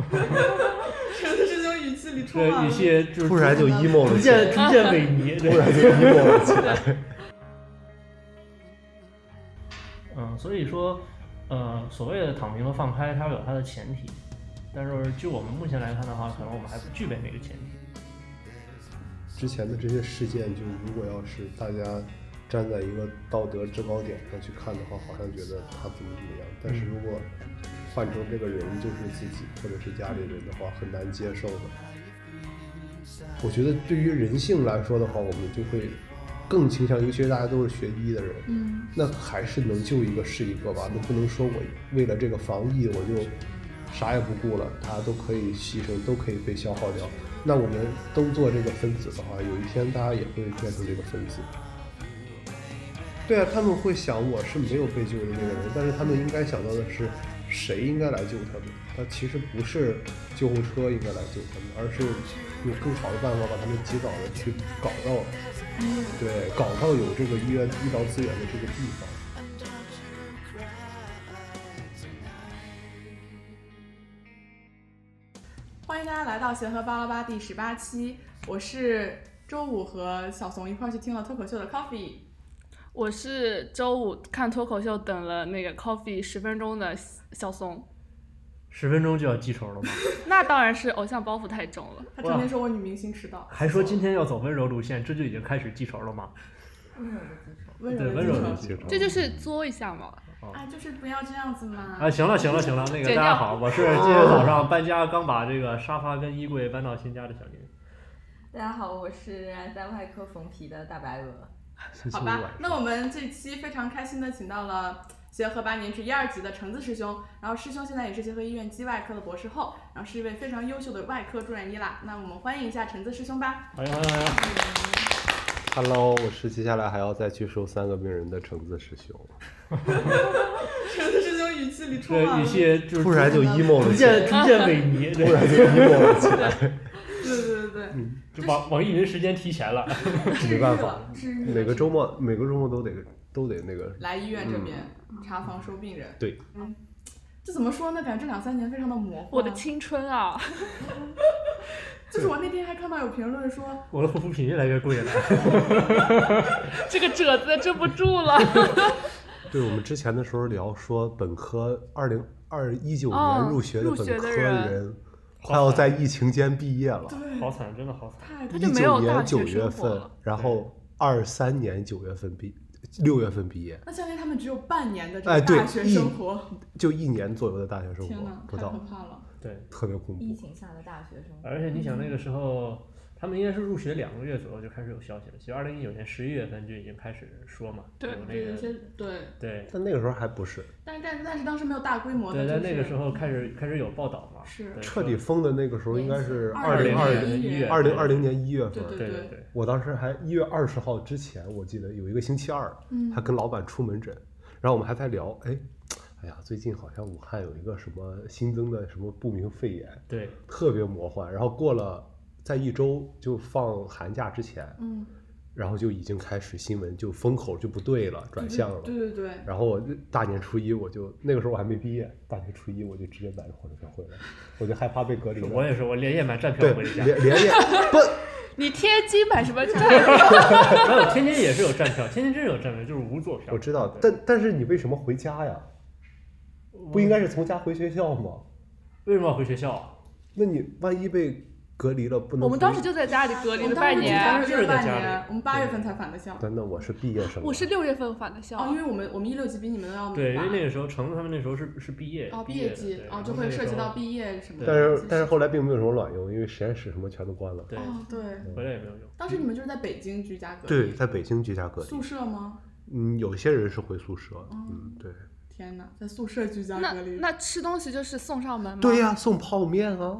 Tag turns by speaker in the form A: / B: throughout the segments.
A: 真的是从语气里充
B: 对，
A: 满
B: 有
A: 了。
B: 些就是
C: 突 然就 emo
B: 逐
C: 了起来，
B: 渐逐渐萎靡，
C: 突然
B: 对，
C: 就 emo 了起来。
B: 嗯，所以说，呃，所谓的躺平和放开，它有它的前提，但是就我们目前来看的话，可能我们还不具备那个前提。
C: 之前的这些事件，就如果要是大家站在一个道德制高点上去看的话，好像觉得他怎么怎么样。但是如果换成这个人就是自己或者是家里人的话，很难接受的。我觉得对于人性来说的话，我们就会更倾向于，尤其是大家都是学医的人，
A: 嗯，
C: 那还是能救一个是一个吧。那不能说我为了这个防疫我就啥也不顾了，大家都可以牺牲，都可以被消耗掉。那我们都做这个分子的话，有一天大家也会变成这个分子。对啊，他们会想我是没有被救的那个人，但是他们应该想到的是谁应该来救他们。他其实不是救护车应该来救他们，而是用更好的办法把他们及早的去搞到对，搞到有这个医院医疗资源的这个地方。
A: 欢迎大家来到协和巴拉巴第十八期，我是周五和小怂一块儿去听了脱口秀的 Coffee。
D: 我是周五看脱口秀，等了那个 coffee 十分钟的小怂。
B: 十分钟就要记仇了吗？
D: 那当然是偶像包袱太重了。
A: 他成天说我女明星迟到，
B: 还说今天要走温柔路线，这就已经开始记仇了吗？
A: 温
B: 对，
A: 柔
B: 温
A: 的
B: 柔
A: 记
B: 的
A: 仇。
B: 记仇。
D: 这就是作一下嘛。
A: 哎，就是不要这样子嘛。
B: 啊，行了行了行了，那个
D: 剪
B: 大家
D: 掉嗯
B: 好，我是今天早上搬家刚把这个沙发跟衣柜搬到新家的小林。
E: 大家好，我是在外科缝皮的大白鹅。
C: 星期
A: 好
C: 五
A: 吧
C: 晚，
A: 那我们这期非常开心的请到了协和八年制一二级的橙子师兄，然后师兄现在也是协和医院肌外科的博士后，然后是一位非常优秀的外科住院医啦。那我们欢迎一下橙子师兄吧。
B: 欢迎欢迎欢迎！
C: ，Hello，我是接下来还要再去收三个病人的橙子师兄，
A: 橙子师兄语气里充满
D: 啊
A: 了
B: 对，一些就是
C: 突然就 emo
B: 逐
C: 了起来，
B: 渐逐渐萎靡，
C: 突
B: 对，
C: 然就 emo 了起来，
A: 对对对对，
B: 就网网易云时间提前了。
A: 治
C: 没
A: 愈
C: 办法
A: 了，治愈了
C: 每个周末每个周末都得都得那个，
A: 来医院这边、查房收病人。
C: 嗯对，
A: 嗯，这怎么说呢？感觉这两三年非常的模糊。
D: 我的青春啊！
A: 就是我那天还看到有评论说，
B: 我的护肤品越来越贵了。
D: 这个褶子遮不住了。
C: 对我们之前的时候聊说本科二零二一九
D: 哦
C: 年入学
D: 入
C: 本
D: 学的
C: 科
D: 人
C: 人，快要在疫情间毕业了，
B: 好惨，真的好惨。
A: 太
D: 他
C: 一
D: 就没有
C: 九年
D: 大学
C: 九
D: 生
C: 月
D: 活
C: 份
D: 了，
C: 然后二三年九月份毕六月份毕业，
A: 那相当于他们只有半年的这
C: 哎
A: 个
C: 对
A: 大学生活，
C: 就一年左右的大学生
A: 天
C: 活
A: 哪，
C: 不
A: 太
C: 到
A: 可，怕了。
B: 对，
C: 特别恐
E: 疫
C: 怖。
E: 情下的大学生活，
B: 而且你想那个时候，他们应该是入学两个月左右就开始有消息了。其实二零一九年十一月份就已经开始说嘛，
D: 对
B: 有那
A: 对，有
B: 个
A: 些对，
B: 对
C: 但那个时候还不是
A: 但是但但是当时没有大规模的，
B: 对，在那个时
A: 候
B: 候开始开始有报道嘛，
A: 是
B: 对
C: 彻底封的那个时候，应该是
A: 二
C: 二
A: 零
C: 零
A: 二
C: 二
A: 零
C: 零
B: 一月
C: 二零二零年一月份
A: 对。
B: 对
A: 对
B: 对对，
C: 我当时还一月二十号之前，我记得有一个星期二，
A: 嗯
C: 还跟老板出门诊，然后我们还在聊，哎，哎呀，最近好像武汉有一个什么新增的什么不明肺炎，
B: 对
C: 特别魔幻。然后过了在一周就放寒假之前，
A: 嗯，
C: 然后就已经开始新闻就风口就不对了，转
D: 嗯
C: 向了。
A: 对对对，
C: 然后我大年初一我就那个时候我还没毕业，大年初一我就直接买了火车票回来，我就害怕被隔离
B: 是我
C: 了。
B: 也是，我连夜买站票
C: 对，
B: 回家。
C: 连连夜不，
D: 你贴金买什么债？
B: 还有天津也是有站票，天津真是有站票，就是无座票。
C: 我知道，
B: 对
C: 但但是你为什么回家呀？不应该是从家回学校吗？
B: 为什么要回学校啊？
C: 那你万一被隔离了，不能
D: 我们当时
C: 回
D: 就在家里隔
A: 我
D: 离
A: 们
D: 了
A: 当
D: 半
A: 时只
D: 年。
A: 在
B: 就是在
A: 半
B: 家
A: 年
B: 里，
A: 我们八月份才返的校。
C: 那那我是毕业生啊，
D: 我是六月份返的校
A: 哦，，因为我们我们一六级比你们都要晚
B: 对，因为那个时候橙子他们那时候是是毕业，
A: 哦毕
B: 业
A: 业
B: 的
A: 季
B: 对
A: 哦
B: 然
A: 就
B: 后
A: 会
B: 那个
A: 涉及
B: 时候
A: 到毕业什么的。
C: 但是
A: 其实
C: 但是后来并没有什么卵用，因为实验室什么全都关了。
B: 对，
A: 哦对，
B: 回来也没有用。
A: 当时你们就是在北京居家隔
C: 对，
A: 离，
C: 在北京居家隔离
A: 宿，舍吗？
C: 嗯，有些人是回宿舍，嗯
A: 嗯，
C: 对，
A: 天哪，在宿舍居家
D: 那
A: 隔离，
D: 那吃东西就是送上门吗？
C: 对呀，送泡面啊，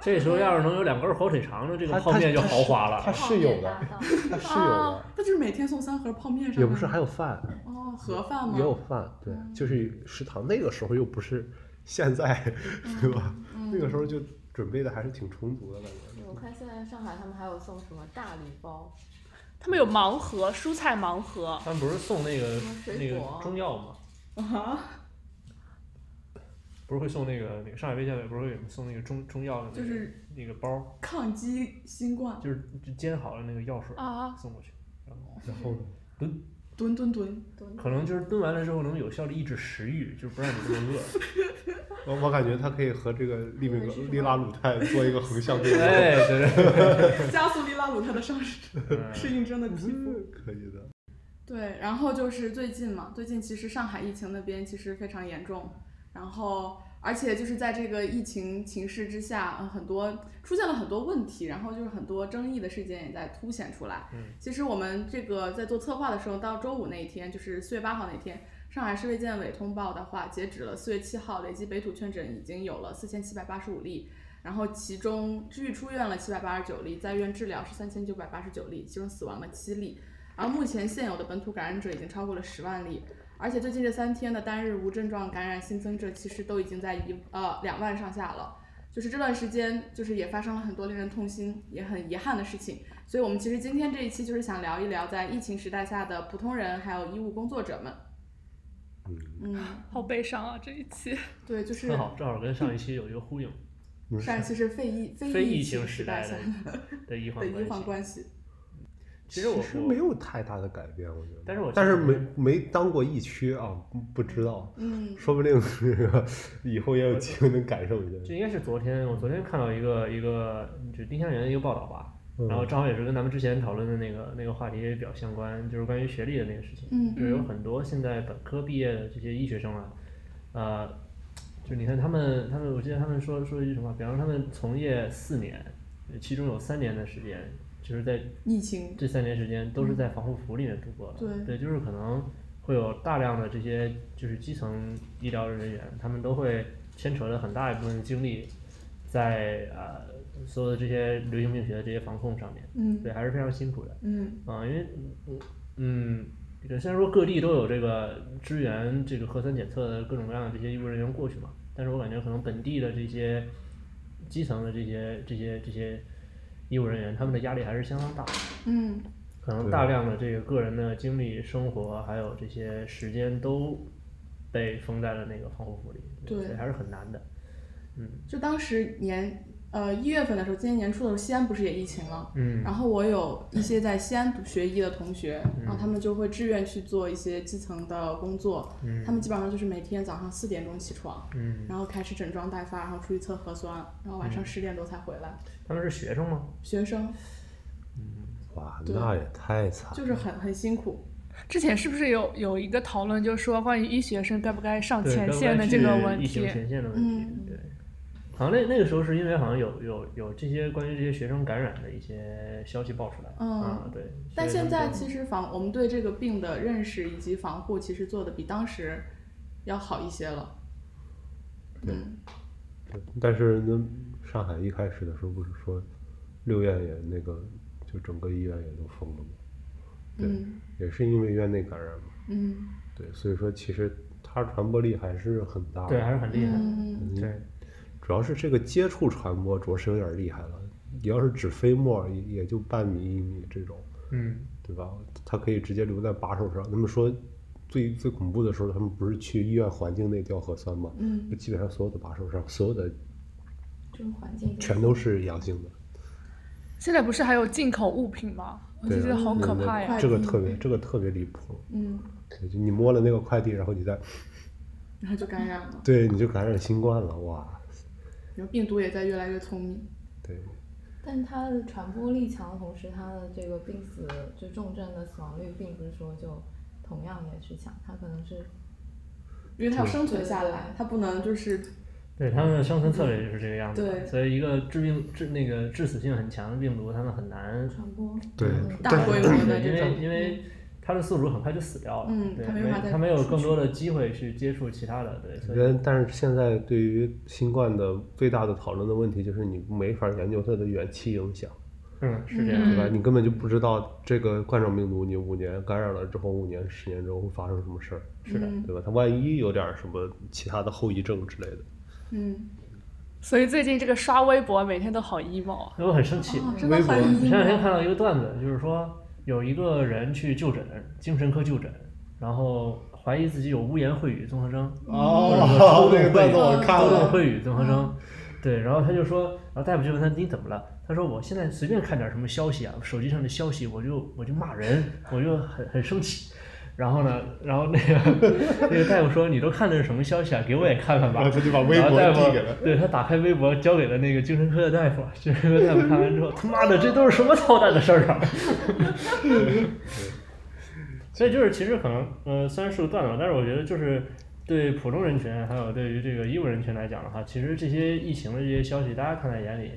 B: 这时候要是能有两根火腿肠的，这
C: 他
B: 个
C: 他
B: 泡面就豪华了。
C: 他室友
E: 哦
C: 的，他室友的，
A: 那就是每天送三盒泡面上来吗，啊
C: 也不是还有饭，
A: 哦盒饭吗？
C: 也有饭，对，就是食堂那个时候又不是现在，对吧？那个时候就准备的还是挺充足的感觉。
E: 嗯我看现在上海他们还有送什么大礼包，
D: 他们有盲盒，蔬菜盲盒。
B: 他们不是送那个
E: 什么水
B: 那个
E: 果
B: 中药吗？
A: 啊，
F: 不是会送那个那个上海卫健委不是会送那个中中药的那个、
A: 就是
F: 那个包儿，
A: 抗击新冠，
F: 就是就煎好了那个药
A: 哦
F: 水儿
D: 啊，
F: 送过去，然后
C: 然后呢？
A: 蹲蹲蹲，
F: 可能就是炖完了之后能有效的抑制食欲，就是不让你这么 饿。
C: 我我感觉它可以和这个利美格利拉鲁肽做一个横向对比，
F: 哎，对对
A: 加速利拉鲁肽的上 市，适
F: 对，
A: 应症的皮肤。
C: 可以的。
A: 对，然后就是最近嘛，最近其实上海疫情那边其实非常严重，然后而且就是在这个疫情情势之下，嗯，很多出现了很多问题，然后就是很多争议的事件也在凸显出来。
F: 嗯，
A: 其实我们这个在做策划的时候，到周五那一天，就是四月八号那天，上海市卫健委通报的话，截止了四月七号，累计北土确诊已经有了四千七百八十五例。然后其中治愈出院了七百八十九例，在院治疗是三千九百八十九例，其中死亡了七例。而目前现有的本土感染者已经超过了十万例，而且最近这三天的单日无症状感染新增者其实都已经在一呃两万上下了。就是这段时间，就是也发生了很多令人痛心也很遗憾的事情，所以我们其实今天这一期就是想聊一聊在疫情时代下的普通人还有医务工作者们。嗯，
D: 好悲伤啊！这一期
A: 对，就是
B: 很好，正好跟上一期有一个呼应，
A: 上一期是非疫
B: 非疫
A: 情时
B: 情时
A: 代
B: 代
A: 下
B: 的的医
A: 的
B: 患
A: 医患
B: 关系。
A: 关系。
B: 其实我
C: 其实
B: 我
C: 没有太大的改变，我觉得。
B: 但是我
C: 但是
B: 觉得
C: 没没当过疫区啊，不不知道，
A: 嗯，
C: 说不定以后也有机会能感受一下。
B: 这应该是昨天，我昨天看到一个一个就是丁香园的一个报道吧，
C: 嗯
B: 然后正好也是跟咱们之前讨论的那个那个话题也比较相关，就是关于学历的那个事情。
A: 嗯
B: 就是有很多现在本科毕业的这些医学生啊，呃，就你看他们他们，我记得他们说说一句什么，比方说他们从业四年，其中有三年的时间就是在
A: 疫情，
B: 这三年时间都是在防护服里面度过的。
A: 嗯对
B: 就是可能会有大量的这些就是基层医疗人员，他们都会牵扯了很大一部分精力在呃所有的这些流行病学的这些防控上面，
A: 嗯
B: 对，还是非常辛苦的。
A: 嗯
B: 啊、因为嗯嗯，这个虽然说各地都有这个支援这个核酸检测的各种各样的这些医务人员过去嘛，但是我感觉可能本地的这些基层的这些这些这些医务人员，他们的压力还是相当大的。
A: 嗯，
B: 可能大量的这个个人的精力、生活还有这些时间都被封在了那个防护服里，
A: 对
B: 所以还是很难的。嗯
A: 就当时年呃一月份的时候，今年年初的时候，西安不是也疫情了？
B: 嗯
A: 然后我有一些在西安读学医的同学，然后他们就会志愿去做一些基层的工作，
B: 嗯
A: 他们基本上就是每天早上四点钟起床，
B: 嗯，
A: 然后开始整装待发，然后出去测核酸，然后晚上十点多才回来。
B: 他们是学生吗？
A: 学生
C: 哇，
A: 对
C: 那也太惨了。
A: 就是很很辛苦，
D: 之前是不是有有一个讨论，就是说关于医学生该不该
A: 哦
D: 上
B: 对
D: 前
B: 刚
D: 线
B: 才
D: 的这个
B: 是
D: 问
B: 疫情
D: 题？
B: 前线的问题，
A: 嗯
B: 对。好像那那个时候是因为好像有有有这些关于这些学生感染的一些消息爆出来，
A: 嗯
B: 啊对。
A: 但
B: 所以
A: 现
B: 他
A: 在
B: 们就
A: 其实防我们对这个病的认识以及防护，其实做的比当时要好一些了。嗯，
C: 对但是那上海一开始的时候不是说六院也那个，就整个医院也都封了吗？对，
A: 嗯
C: 也是因为院内感染嘛。
A: 嗯
C: 对，所以说其实它传播力还是很大的。
B: 对还是很厉害，
A: 嗯，
B: 对
C: 主要是这个接触传播着实有点厉害了。你要是只飞沫，也也就半米一米这种，
B: 嗯
C: 对吧？它可以直接留在把手上。他们说最最恐怖的时候，他们不是去医院环境内调核酸吗？
A: 嗯，
C: 基本上所有的把手上，所有的
E: 这种环境
C: 全都是阳性的。
D: 现在不是还有进口物品吗？我就
C: 对
D: 觉得好可怕呀！
C: 这个特别，这个特别离谱。
A: 嗯，
C: 对就你摸了那个快递，然后你再
A: 然后就感染了，
C: 对你就感染新冠了，哇！
A: 然后病毒也在越来越聪明。
C: 对，
E: 但它的传播力强的同时，它的这个病死就重症的死亡率，并不是说就同样也是强，它可能是
A: 因为它要生存下
E: 对
A: 来，它不能就是
B: 对，他们的生存策略就是这个样子。
A: 对
B: 所以一个致病致那个致死性很强的病毒，他们很难
E: 传播。
C: 对
E: 嗯
A: 大规模的
B: 因
A: 这
B: 为
A: 种，
B: 因为它的宿主很快就死掉了，
A: 嗯
B: 对，
A: 它没
B: 没
A: 法再
B: 它没有
A: 出去
B: 更多的机会去接触其他的，对，所以
C: 但但是现在对于新冠的最大的讨论的问题就是你没法研究它的远期影响，
B: 嗯是这样，
C: 对吧？你根本就不知道这个冠状病毒你五年感染了之后，五年十年之后会发生什么事儿，
B: 是的，
C: 对吧？它万一有点儿什么其他的后遗症之类的，
A: 嗯，
D: 所以最近这个刷微博，每天都好 emo 啊。
B: 所以我很生气。
A: 哦，真的很
B: 我前两天
A: emo
B: 看到一个段子，就是说有一个人去就诊，精神科就诊，然后怀疑自己有污言秽语综合征，
C: 哦，那个段子我看
B: 高中
C: 了，
B: 秽语综合征，对，然后他就说，然后大夫就问他你怎么了？他说我现在随便看点什么消息啊，手机上的消息，我就我就骂人，我就很很生气。然后呢，然后那个 那个大夫说你都看的是什么消息啊？给我也看看吧
C: 然后。他就把微
B: 然后
C: 博
B: 大夫
C: 递给了，
B: 对他打开微博交给了那个精神科的大夫， 精神科大夫看完之后，他妈的这都是什么操蛋的事儿啊！ 所以就是其实可能呃虽然是个段子吧，但是我觉得就是对普通人群还有对于这个医务人群来讲的话，其实这些疫情的这些消息，大家看在眼里，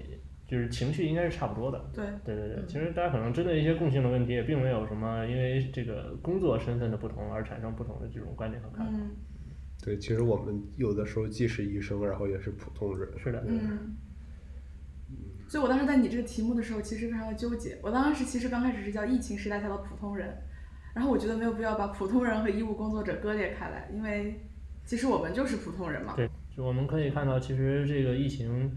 B: 就是情绪应该是差不多的。
A: 对，
B: 对对对，其实大家可能针对一些共性的问题，也并没有什么因为这个工作身份的不同而产生不同的这种观点和看法。
A: 嗯
C: 对，其实我们有的时候既是医生，然后也是普通人。
B: 是的，
A: 嗯。所以我当时在你这个题目的时候，其实非常的纠结。我当时其实刚开始是叫疫情时代下的普通人，然后我觉得没有必要把普通人和医务工作者割裂开来，因为其实我们就是普通人嘛。
B: 对，就我们可以看到，其实这个疫情，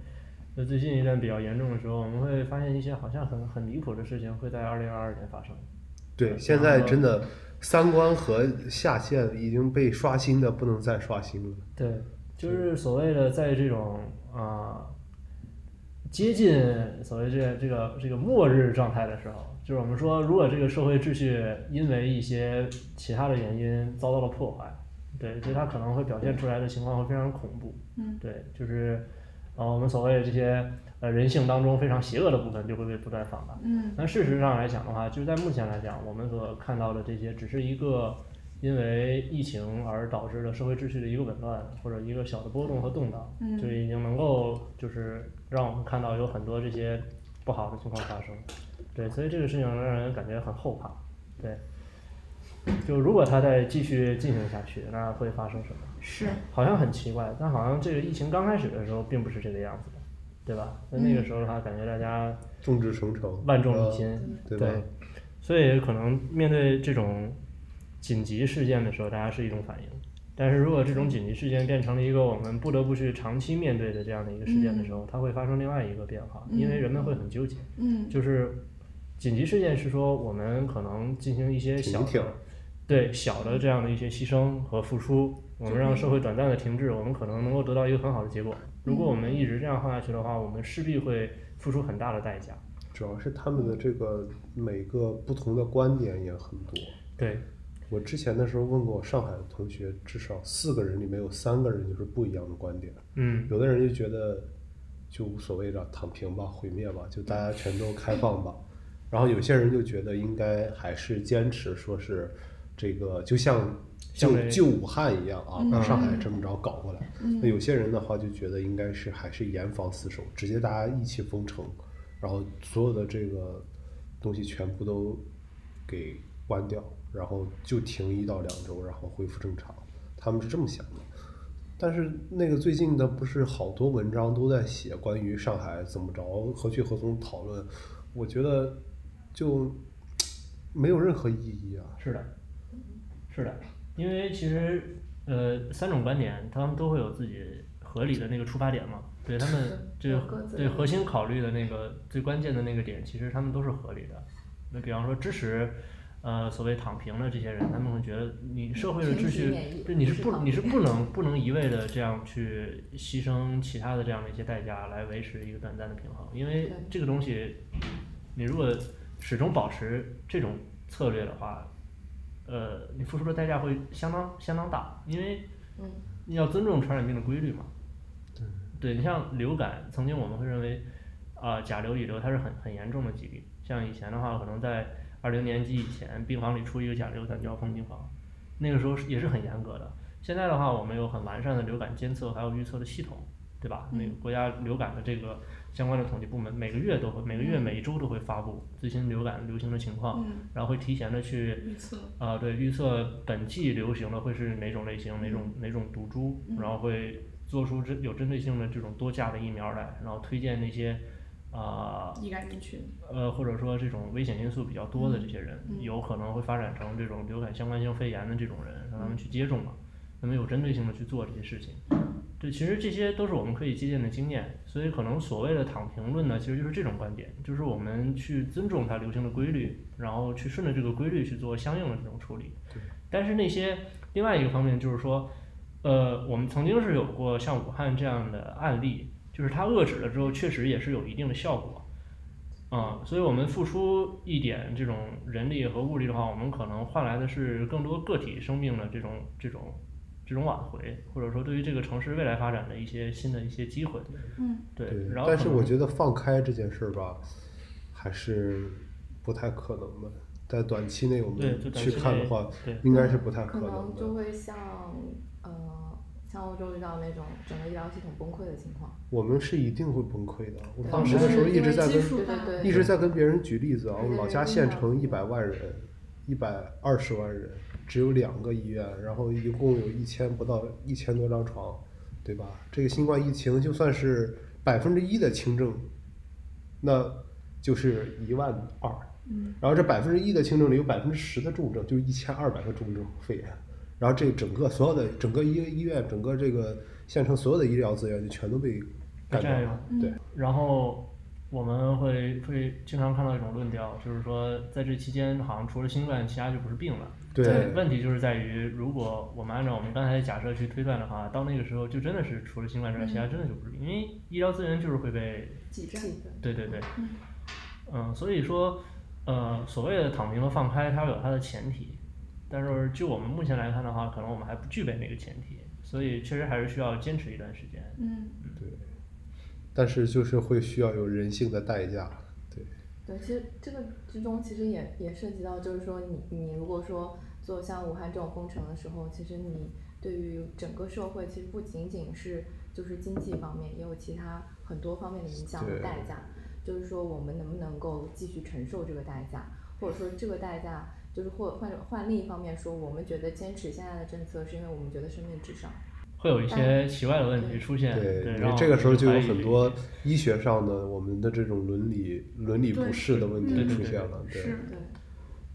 B: 呃，最近一段比较严重的时候，我们会发现一些好像很很离谱的事情会在二零二二年发生。
C: 对，
B: 嗯
C: 现在真的三观和下限已经被刷新的不能再刷新了。
B: 对，就是所谓的在这种啊、接近所谓这个这个这个末日状态的时候，就是我们说，如果这个社会秩序因为一些其他的原因遭到了破坏，对，就它可能会表现出来的情况会非常恐怖。
A: 嗯，
B: 对，就是呃我们所谓的这些呃人性当中非常邪恶的部分就会被不断放大。
A: 嗯
B: 那事实上来讲的话，就在目前来讲，我们所看到的这些只是一个因为疫情而导致的社会秩序的一个紊乱，或者一个小的波动和动荡，
A: 嗯
B: 就已经能够就是让我们看到有很多这些不好的情况发生。对，所以这个事情让人感觉很后怕。对，就如果它再继续进行下去，那会发生什么？
A: 是，
B: 好像很奇怪，但好像这个疫情刚开始的时候并不是这个样子的，对吧？那那个时候的话，感觉大家
C: 众志成城，
B: 万众一
C: 呃
B: 心，
C: 对吧？
B: 对，所以可能面对这种紧急事件的时候，大家是一种反应。但是如果这种紧急事件变成了一个我们不得不去长期面对的这样的一个事件的时候，
C: 嗯
B: 它会发生另外一个变化，因为人们会很纠结。
A: 嗯
B: 就是紧急事件是说我们可能进行一些
C: 挺
B: 小
C: 一挺
B: 的，对小的这样的一些牺牲和付出，我们让社会短暂的停滞，我们可能能够得到一个很好的结果。如果我
C: 嗯
B: 们一直这样混下去的话，我们势必会付出很大的代价。
C: 主要是他们的这个每个不同的观点也很多。
B: 对，
C: 我之前的时候问过上海的同学，至少四个人里面有三个人就是不一样的观点。
B: 嗯，
C: 有的人就觉得就无所谓了，躺平吧，毁灭吧，就大家全都开放吧。然后有些人就觉得应该还是坚持，说是这个就像
B: 像
C: 就
B: 那
C: 就武汉一样啊，
A: 嗯
C: 把上海这么着搞过来。那
A: 嗯
C: 有些人的话就觉得应该是还是严防死守，直接大家一起封城，然后所有的这个东西全部都给关掉，然后就停一到两周，然后恢复正常。他们是这么想的。但是那个最近的不是好多文章都在写关于上海怎么着何去何从讨论，我觉得就没有任何意义啊。
B: 是的，是的，因为其实呃三种观点，他们都会有自己合理的那个出发点嘛，对他们就
E: 对有各自
B: 对
E: 的
B: 核心考虑的那个最关键的那个点，其实他们都是合理的。那比方说支持。呃，所谓躺平的这些人，他们会觉得你社会的秩
E: 群体
B: 序
E: 免疫，
B: 对你是
E: 不是
B: 不
E: 躺
B: 你是不能不能一味的这样去牺牲其他的这样的一些代价来维持一个短暂的平衡，因为
E: 对
B: 这个东西，你如果始终保持这种策略的话，呃，你付出的代价会相当相当大，因为
E: 嗯
B: 你要尊重传染病的规律嘛。对，你像流感，曾经我们会认为啊、甲流、乙流它是很很严重的疾病，像以前的话，可能在二零年级以前，病房里出一个甲流，咱就要封病房，那个时候是也是很严格的。现在的话，我们有很完善的流感监测还有预测的系统，对吧？那个国家流感的这个相关的统计部门每个月都会，每个月每一周都会发布最新流感流行的情况，
A: 嗯，
B: 然后会提前的去
A: 预测，
B: 啊，对，预测本季流行的会是哪种类型、哪种哪种毒株，然后会做出针有针对性的这种多价的疫苗来，然后推荐那些啊
A: 易感人群，
B: 呃或者说这种危险因素比较多的这些人，
A: 嗯
B: 有可能会发展成这种流感相关性肺炎的这种人，让他们去接种嘛。那么有针对性的去做这些事情，对，其实这些都是我们可以借鉴的经验，所以可能所谓的躺平论呢，其实就是这种观点，就是我们去尊重它流行的规律，然后去顺着这个规律去做相应的这种处理。但是那些另外一个方面就是说，呃，我们曾经是有过像武汉这样的案例，就是它遏制了之后，确实也是有一定的效果。啊、所以我们付出一点这种人力和物力的话，我们可能换来的是更多个体生命的这种这种这种挽回，或者说对于这个城市未来发展的一些新的一些机会。
A: 嗯，
B: 对
C: 对。
B: 然后
C: 但是
B: 可能
C: 我觉得放开这件事儿吧，还是不太可能的。在短期内，我
B: 对就
C: 们
B: 短
C: 去
B: 期
C: 看的
B: 内
C: 话，
B: 对
C: 应该是不太
E: 嗯可
C: 能
E: 能就
C: 的。
E: 会像呃像欧洲遇到那种整个医疗系统崩溃的情况。
C: 我们是一定会崩溃的。我
E: 对
C: 当时的时候一直在
A: 因为基
C: 跟
A: 数
E: 对
A: 大
E: 对对，
C: 一直在跟别人举例子啊，我们
E: 对
C: 老家县城一百万人，一百二十万人，只有两个医院，然后一共有一千不到一千多张床，对吧？这个新冠疫情就算是百分之一的轻症，那就是一万二。然后这百分之一的轻症里有百分之十的重症，就一千二百个重症肺炎。然后这整个所有的整个医医院，整个这个县城所有的医疗资源就全都被
B: 被
C: 干掉
B: 占用
C: 了。对，
B: 然后我们会会经常看到一种论调，就是说在这期间好像除了新冠，其他就不是病了。
C: 对
B: 问题就是在于，如果我们按照我们刚才的假设去推断的话，到那个时候就真的是除了新冠之外，其他真的就不是病，因为医疗资源就是会被
E: 挤占。
B: 对对对，嗯，所以说，呃，所谓的躺平和放开，它有它的前提，但是就我们目前来看的话，可能我们还不具备那个前提，所以确实还是需要坚持一段时间。
A: 嗯，
C: 但是就是会需要有人性的代价。对，
E: 对，其实这个之中其实也也涉及到，就是说你你如果说做像武汉这种工程的时候，其实你对于整个社会其实不仅仅是就是经济方面，也有其他很多方面的影响和
C: 对
E: 代价。就是说我们能不能够继续承受这个代价，或者说这个代价就是或换换另一方面说，我们觉得坚持现在的政策是因为我们觉得生命至上。
B: 会有一些奇怪的问题出现，
C: 对，因
B: 然
C: 为
B: 后
C: 这个时候就有
B: 怀疑
C: 很多医学上的我们的这种伦理伦理不适的问
B: 对
D: 嗯
B: 对
C: 题出
B: 对
C: 现了。对，
A: 是
E: 对，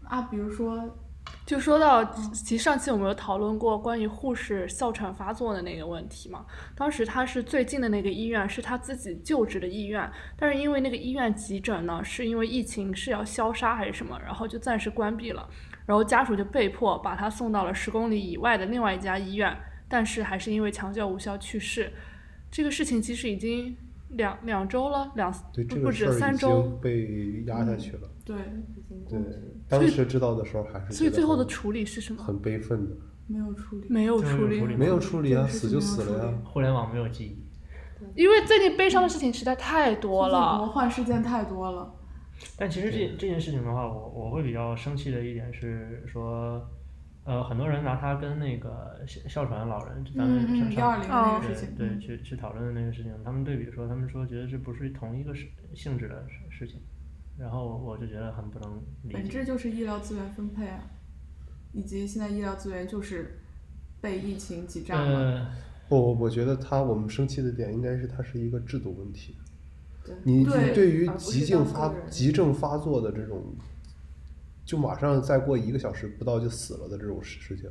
A: 啊，比如说，
D: 就说到，
A: 嗯
D: 其实上期我们有讨论过关于护士哮喘发作的那个问题嘛。当时他是最近的那个医院是他自己就职的医院，但是因为那个医院急诊呢，是因为疫情是要消杀还是什么，然后就暂时关闭了。然后家属就被迫把他送到了十公里以外的另外一家医院，但是还是因为抢救无效去世。这个事情其实已经两两周了，两
C: 对
D: 不
C: 这
D: 不
C: 个事
D: 止
C: 儿
D: 三
C: 已
D: 周，嗯
C: 经被压下去了。
A: 对，
E: 已经过
C: 对
E: 去了。，
C: 当时知道的时候还是
D: 所以
C: 觉得
D: 最后的
C: 很
D: 处理是什么？
C: 很悲愤的，
A: 没有处理，
D: 没有
B: 就是
D: 处
B: 处
D: 理
B: 理
C: 没有处理啊，
A: 这个事情
C: 死就
A: 没有
C: 死了
A: 处
C: 呀
A: 理。
B: 互联网没有记忆。
D: 因为最近悲伤的事情实在太多
A: 最近
D: 了
A: 魔。幻事件太多了。
B: 但其实这这件事情的话，我我会比较生气的一点是说，呃，很多人拿它跟那个哮哮喘老人，就咱们
A: 嗯
B: 上
A: 嗯，
B: 上
A: 幺二零那
D: 哦
A: 个事情，
B: 对对
A: 嗯
B: 去去讨论的那个事情，他们对比说，他们说觉得这不是同一个事性质的事事情，然后我就觉得很不能理
A: 本
B: 解。
A: 质就是医疗资源分配啊，以及现在医疗资源就是被疫情挤占了。
B: 呃，
C: 我我我觉得他我们生气的点应该是它是一个制度问题。
E: 对
C: 你
A: 对
C: 你对于
E: 而不是
C: 急性
E: 当
C: 发
E: 事人
C: 急症发作的这种，就马上再过一个小时不到就死了的这种事事情，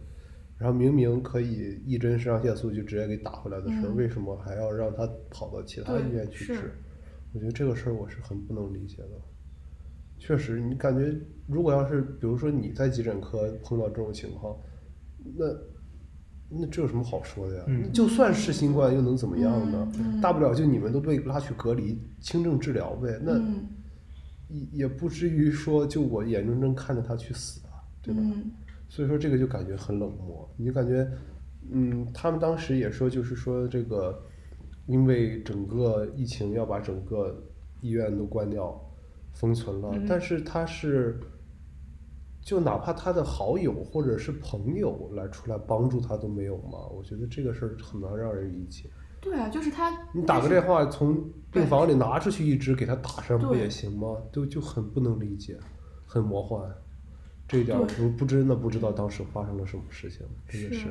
C: 然后明明可以一针肾上腺素就直接给打回来的事儿，
A: 嗯
C: 为什么还要让他跑到其他
A: 对
C: 医院去
A: 是
C: 治？我觉得这个事儿我是很不能理解的。确实，你感觉如果要是比如说你在急诊科碰到这种情况，那那这有什么好说的呀？
B: 嗯
C: 就算是新冠又能怎么样呢？
A: 嗯嗯
C: 大不了就你们都被拉去隔离，轻症治疗呗。那
A: 嗯
C: 也也不至于说就我眼睁睁看着他去死啊，对吧？
A: 嗯
C: 所以说这个就感觉很冷漠，你就感觉，嗯，他们当时也说，就是说这个，因为整个疫情要把整个医院都关掉，封存了，但是他是，就哪怕他的好友或者是朋友来出来帮助他都没有嘛，我觉得这个事儿很难让人理解。
A: 对啊，就是他，
C: 你打个电话从病房里拿出去一支给他打上不
A: 对
C: 也行吗？就就很不能理解，很魔幻。这一点儿
A: 对
C: 不不真的不知道当时发生了什么事情，真的
A: 是
C: 是。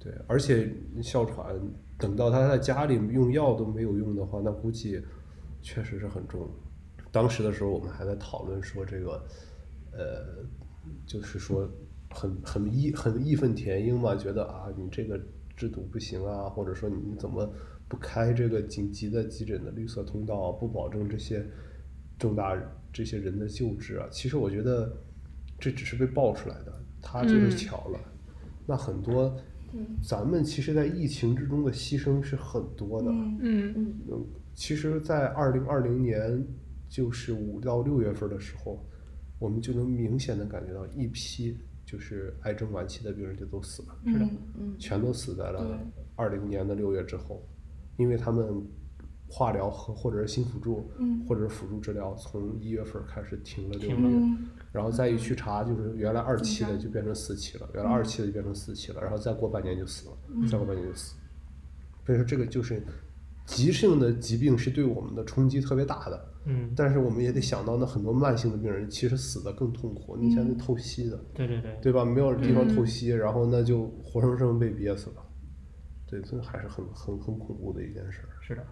C: 对，而且哮喘，等到他在家里用药都没有用的话，那估计确实是很重。当时的时候，我们还在讨论说这个，呃，就是说很很义很义愤填膺嘛，觉得啊你这个制度不行啊，或者说你怎么不开这个紧急的急诊的绿色通道，啊不保证这些重大这些人的救治啊？其实我觉得这只是被爆出来的，他就是巧了。那很多
E: 嗯，
C: 咱们其实，在疫情之中的牺牲是很多的。啊
A: 嗯
D: 嗯
E: 嗯
C: 其实，在二零二零年，就是五到六月份的时候，我们就能明显的感觉到一批就是癌症晚期的病人就都死了，
A: 嗯
E: 嗯
C: 全都死在了二零年的六月之后，因为他们化疗和或者是新辅助
A: 嗯
C: 或者是辅助治疗从一月份开始停了六
B: 停了
C: 个月，
A: 嗯
C: 然后再一去查，就是原来二期的
A: 紧张
C: 就变成四期了，原来二期的就变成四期了，然后再过半年就死了，再过半年就死。所以说这个就是急性的疾病是对我们的冲击特别大的，
B: 嗯，
C: 但是我们也得想到，那很多慢性的病人其实死的更痛苦，你像那透析的，
B: 对对对，
C: 对吧？没有地方透析，然后那就活生生被憋死了。对，这还是很很很恐怖的一件事儿。
B: 是的。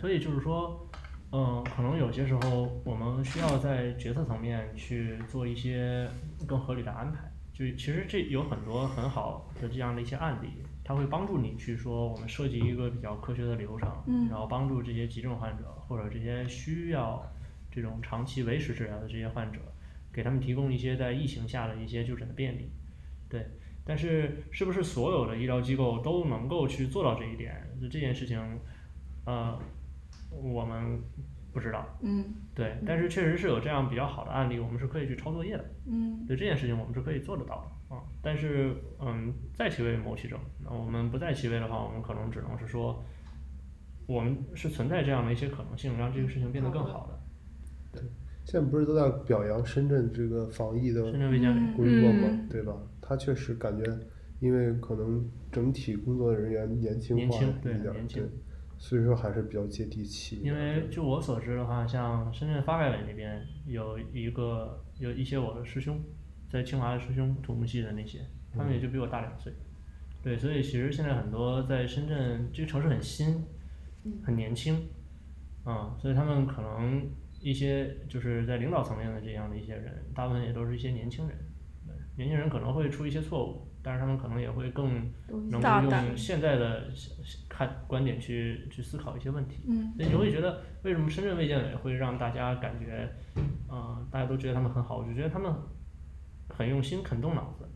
B: 所以就是说，嗯，可能有些时候我们需要在决策层面去做一些更合理的安排。就其实这有很多很好的这样的一些案例，它会帮助你去说我们设计一个比较科学的流程，
A: 嗯
B: 然后帮助这些急症患者或者这些需要这种长期维持治疗的这些患者，给他们提供一些在疫情下的一些就诊的便利。对，但是是不是所有的医疗机构都能够去做到这一点？就这件事情，呃，我们不知道。
A: 嗯
B: 对，但是确实是有这样比较好的案例，我们是可以去抄作业的。
A: 嗯
B: 对这件事情，我们是可以做得到的啊。但是，嗯，在其位谋其政，那我们不在其位的话，我们可能只能是说，我们是存在这样的一些可能性，让这个事情变得更好的。
C: 现在不是都在表扬深圳这个防疫的
B: 深圳卫健委，
C: 工作嘛，
A: 嗯
C: 对吧？他确实感觉，因为可能整体工作人员年轻
B: 年
C: 化
B: 轻
C: 一
B: 对
C: 点儿，
B: 年
C: 对
B: 轻，
C: 所以说还是比较接地气一
B: 因
C: 点儿的。
B: 为就我所知的话，像深圳发改委那边有一个有一些我的师兄，在清华的师兄，土木系的那些，他们也就比我大两岁。对，所以其实现在很多在深圳这个城市很新，
D: 嗯
B: 很年轻，啊、所以他们可能一些就是在领导层面的这样的一些人，大部分也都是一些年轻人。对年轻人可能会出一些错误，但是他们可能也会更能够
D: 大胆
B: 用现在的看观点去去思考一些问题。
A: 嗯
B: 所以你会觉得为什么深圳卫健委会让大家感觉，呃，大家都觉得他们很好？我就觉得他们很用心，肯动脑子，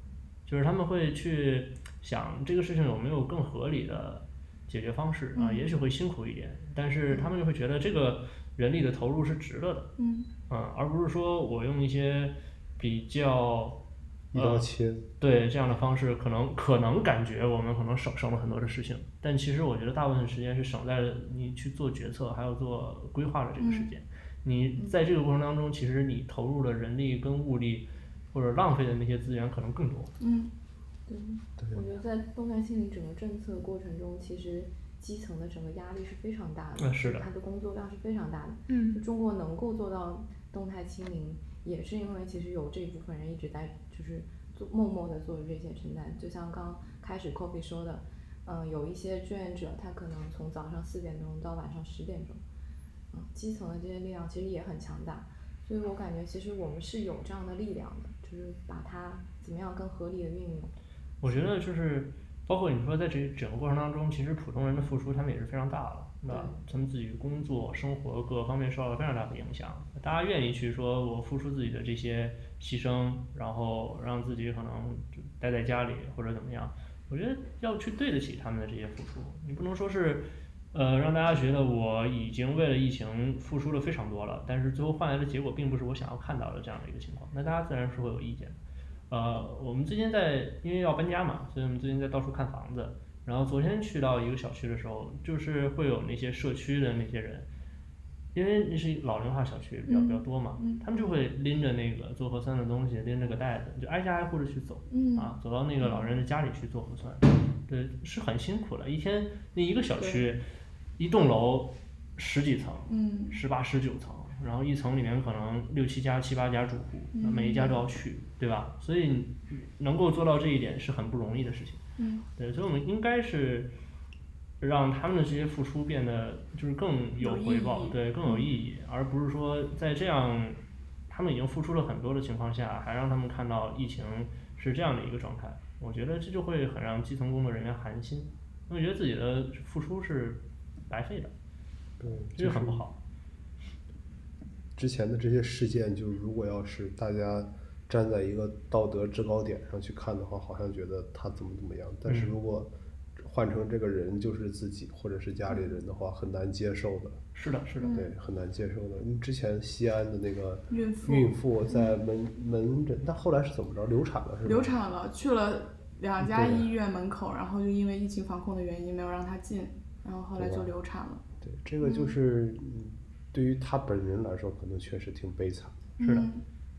B: 就是他们会去想这个事情有没有更合理的解决方式啊、
A: 嗯
B: 也许会辛苦一点，但是他们就会觉得这个人力的投入是值得的，
A: 嗯
B: 嗯、而不是说我用一些比较。
C: 一刀
B: 呃
C: 切，
B: 对这样的方式，可能可能感觉我们可能省省了很多的事情，但其实我觉得大部分时间是省在了你去做决策，还有做规划的这个时间。你在这个过程当中，其实你投入的人力跟物力，或者浪费的那些资源可能更多。
A: 嗯
E: 对，
C: 对，
E: 我觉得在动态清理整个政策过程中，其实基层的整个压力是非常大的，
B: 嗯是的
E: 他的工作量是非常大的。就
D: 嗯
E: 中国能够做到动态清零，也是因为其实有这一部分人一直在就是做默默的做这些承担。就像刚开始 Coffee 说的，嗯、有一些志愿者他可能从早上四点钟到晚上十点钟，嗯、基层的这些力量其实也很强大。所以我感觉其实我们是有这样的力量的，就是把它怎么样更合理的运用。
B: 我觉得就是包括你说在这整个过程当中，其实普通人的付出他们也是非常大的，对吧？他们自己工作、生活各方面受到了非常大的影响。大家愿意去说我付出自己的这些牺牲，然后让自己可能就待在家里或者怎么样，我觉得要去对得起他们的这些付出。你不能说是。呃，让大家觉得我已经为了疫情付出了非常多了，但是最后换来的结果并不是我想要看到的这样的一个情况，那大家自然是会有意见的。呃，我们最近在因为要搬家嘛，所以我们最近在到处看房子。然后昨天去到一个小区的时候，就是会有那些社区的那些人，因为那是老龄化小区比较、比较多嘛，他们就会拎着那个做核酸的东西，拎着个袋子，就挨家挨户的去走，
A: 嗯
B: 啊，走到那个老人的家里去做核酸，对，是很辛苦的。一天那一个小区，一栋楼十几层，
A: 嗯
B: 十八、十九层，然后一层里面可能六七家、七八家住户，那每一
A: 嗯
B: 家都要去，对吧？所以你能够做到这一点是很不容易的事情。
A: 嗯
B: 对，所以我们应该是让他们的这些付出变得就是更有
A: 有意
B: 回报，
A: 义
B: 对，更有意义，而不是说在这样他们已经付出了很多的情况下，还让他们看到疫情是这样的一个状态，我觉得这就会很让基层工作人员寒心，因为觉得自己的付出是白费的，
C: 对，
B: 这
C: 就
B: 就是很不好。
C: 之前的这些事件，就如果要是大家站在一个道德制高点上去看的话，好像觉得他怎么怎么样。但
A: 嗯
C: 是如果换成这个人就是自己或者是家里人的话，很难接受的。
A: 嗯
F: 是的，是的，
C: 对，很难接受的。你之前西安的那个
A: 孕妇嗯
C: 孕妇在门门诊，但后来是怎么着？流产了是吧？
A: 流产了，去了两家
C: 对
A: 医院门口，然后就因为疫情防控的原因没有让她进，然后后来
C: 对
A: 就
C: 吧
A: 流产了。
C: 对，这个就是嗯对于他本人来说，可能确实挺悲惨。
F: 是的
A: 嗯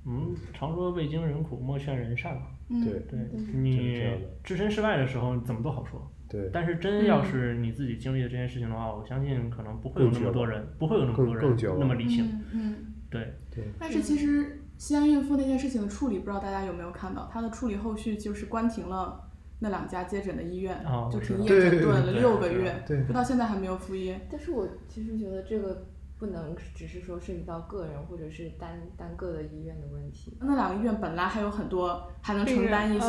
F: 嗯，常说未经人苦，莫劝人善嘛。
A: 嗯
C: 对
F: 对
C: 这样
F: 你
C: 的
F: 置身事外的时候，你怎么都好说。
C: 对，
F: 但是真要
A: 嗯
F: 是你自己经历了这件事情的话，我相信可能不会有那么多人，不会有那么
C: 更
F: 多人
C: 更绝望
F: 那么理性。
A: 嗯嗯，
F: 对，
A: 但是其实西安孕妇那件事情的处理，不知道大家有没有看到，她的处理后续就是关停了那两家接诊的医院，
F: 哦
A: 就
F: 我知
A: 停
C: 道
A: 业
C: 对
A: 整顿了
F: 对
A: 六个
F: 对
A: 月，
C: 对
A: 就到现在还没有复业。
E: 但是我其实觉得这个不能只是说涉及到个人或者是单单个的医院的问题。
A: 那两个医院本来还有很多还能
D: 病
A: 承
D: 人
A: 担一些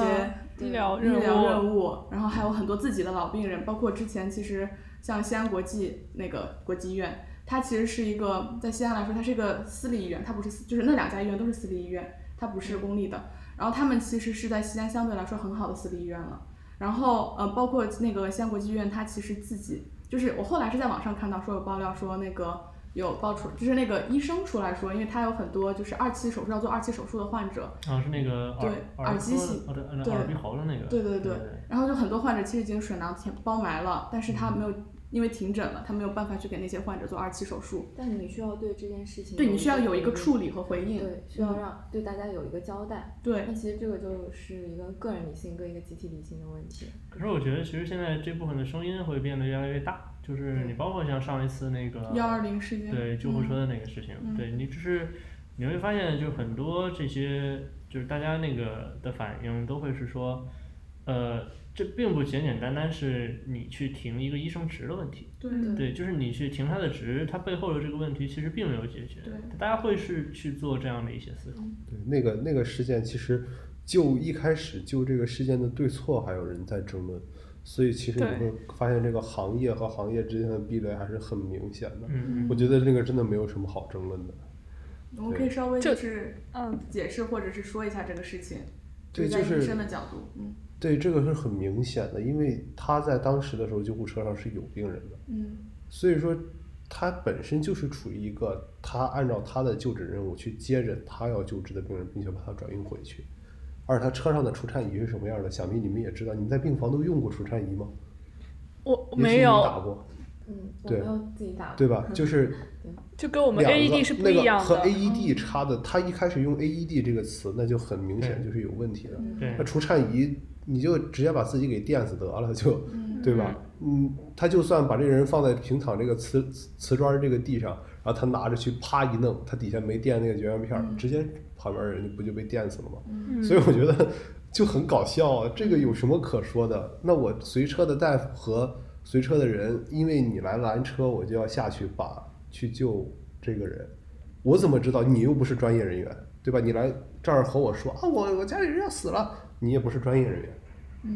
D: 嗯医疗
A: 医
D: 任务，
A: 疗任务，然后还有很多自己的老病人，包括之前其实像西安国际那个国际医院，它其实是一个在西安来说，它是一个私立医院，它不是私就是那两家医院都是私立医院，它不是公立的。然后他们其实是在西安相对来说很好的私立医院了。然后呃，包括那个西安国际医院，它其实自己就是我后来是在网上看到说有爆料说那个有爆出，就是那个医生出来说，因为他有很多就是二期手术要做二期手术的患者，
F: 啊，是那个耳
A: 对
F: 耳
A: 耳机
F: 科
A: 系
F: 哦对
A: 对
F: 耳鼻喉的那个，
A: 对对对
F: 对
A: 然后就很多患者其实已经水囊填包埋了，但是他没有因为停诊了，他没有办法去给那些患者做二期手术。
E: 但你需要对这件事情
A: 对你需要有一个
E: 回
A: 处理和回
E: 应，
A: 应。
E: 对，需要
A: 嗯
E: 让对大家有一个交代。
A: 对
E: 那其实这个就是一个个人理性跟一个集体理性的问题。
F: 可是我觉得，其实现在这部分的声音会变得越来越大，就是你包括像上一次那个
A: 幺二零事件。
F: 对救护
A: 嗯
F: 车的那个事情，
A: 嗯
F: 对你就是你会发现，就很多这些就是大家那个的反应都会是说，呃，这并不简简单单是你去停一个医生职的问题，
A: 对
E: 对
F: 对，就是你去停他的职，他背后的这个问题其实并没有解决
A: 对，
F: 大家会是去做这样的一些思考，
C: 对，那个那个事件其实就一开始就这个事件的对错还有人在争论，所以其实你
D: 对
C: 会发现这个行业和行业之间的壁垒还是很明显的。
F: 嗯
C: 我觉得那个真的没有什么好争论的。
A: 我可以稍微
D: 就
A: 就是
D: 嗯，
A: 解释或者是说一下这个事情，
C: 对
A: 在
C: 就是
A: 医生的角度，嗯
C: 对，这个是很明显的，因为他在当时的时候救护车上是有病人的，
A: 嗯
C: 所以说他本身就是处于一个他按照他的就诊任务去接诊他要救治的病人，并且把他转运回去。而他车上的除颤仪是什么样的？想必你们也知道，你们在病房都用过除颤仪吗？
D: 我
C: 也许
D: 没
C: 你
D: 有，
C: 打过，
E: 嗯，我
C: 对
E: 没有自己打过，
C: 对吧？就是
D: 就跟我们
C: 两个
D: AED 是不一样
C: 那个和 E
D: 的。嗯
C: AED 差的，他一开始用 AED 这个词，那就很明显就是有问题的。
A: 嗯
B: 嗯
F: 对
C: 那除颤仪，你就直接把自己给电死得了，就
A: 嗯
C: 对吧？嗯，他就算把这个人放在平躺这个瓷瓷瓷砖儿这个地上，然后他拿着去啪一弄，他底下没电那个绝缘片儿，直接旁边人不就被电死了吗？
D: 嗯
C: 所以我觉得就很搞笑啊， 这个有什么可说的？那我随车的大夫和随车的人，因为你来拦车，我就要下去把去救这个人，我怎么知道？你又不是专业人员，对吧？你来这儿和我说啊，我我家里人要死了，你也不是专业人员。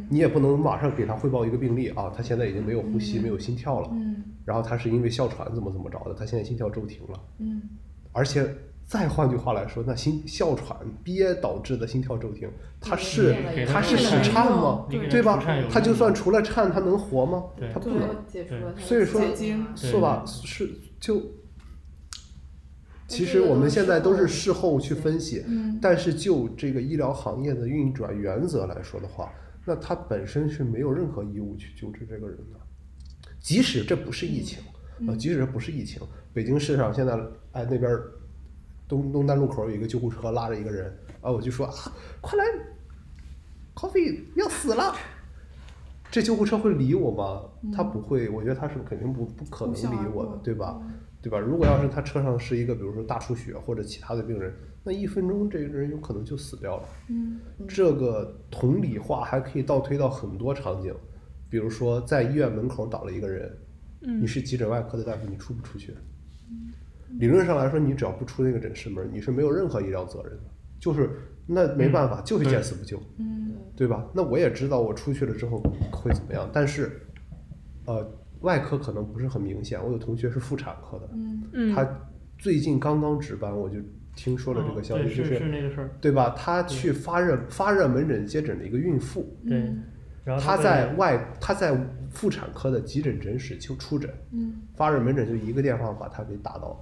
C: 你也不能马上给他汇报一个病例啊，他现在已经没有呼吸、没有心跳了，
A: 嗯
C: 然后他是因为哮喘怎么怎么着的，他现在心跳骤停了，
A: 嗯，
C: 而且再换句话来说，那心哮喘憋导致的心跳骤停，它是
E: 给
C: 它
E: 他
C: 是
E: 用
C: 室
E: 了
C: 颤吗？
F: 对
C: 对
F: 给他除颤
C: 吧
F: 有？
C: 它就
F: 用
C: 算除了颤，它能活吗？
F: 对
C: 它不
E: 没
C: 能
E: 有，解除
F: 对
E: 了他的
C: 所以说
E: 解禁啊
C: 是吧？是就。其实我们现在都是事后去分析，
A: 嗯
C: 但是就这个医疗行业的运转原则来说的话，那它本身是没有任何义务去救治这个人的，即使这不是疫情，啊，即使这不是疫情，北京市上现在哎那边儿东东单路口有一个救护车拉着一个人，啊，我就说啊，快来，coffee 要死了。这救护车会理我吗？他不会，我觉得他是肯定不不可
A: 嗯
C: 能
A: 不想嗯
C: 理
A: 而
C: 我
A: 过
C: 的，对吧？对吧？如果要是他车上是一个，比如说大出血或者其他的病人，那一分钟这个人有可能就死掉了。
A: 嗯，
C: 这个同理化还可以倒推到很多场景，比如说在医院门口倒了一个人，
D: 嗯
C: 你是急诊外科的大夫，你出不出去？理论上来说，你只要不出那个诊室门，你是没有任何医疗责任的，就是那没办法，就是见死不救，
A: 嗯，
C: 对吧？那我也知道我出去了之后会怎么样，但是，呃，外科可能不是很明显。我有同学是妇产科的，
A: 嗯
D: 嗯，
C: 他最近刚刚值班，我就听说了这
F: 嗯
C: 个消息，
B: 对
C: 哦就是
B: 是那个事儿，
C: 对吧？她去发热发热门诊接诊的一个孕妇，
A: 嗯
B: 对。然后
C: 她
B: 被
C: 在外她在妇产科的急诊诊室就出诊，
A: 嗯，
C: 发热门诊就一个电话把她给打到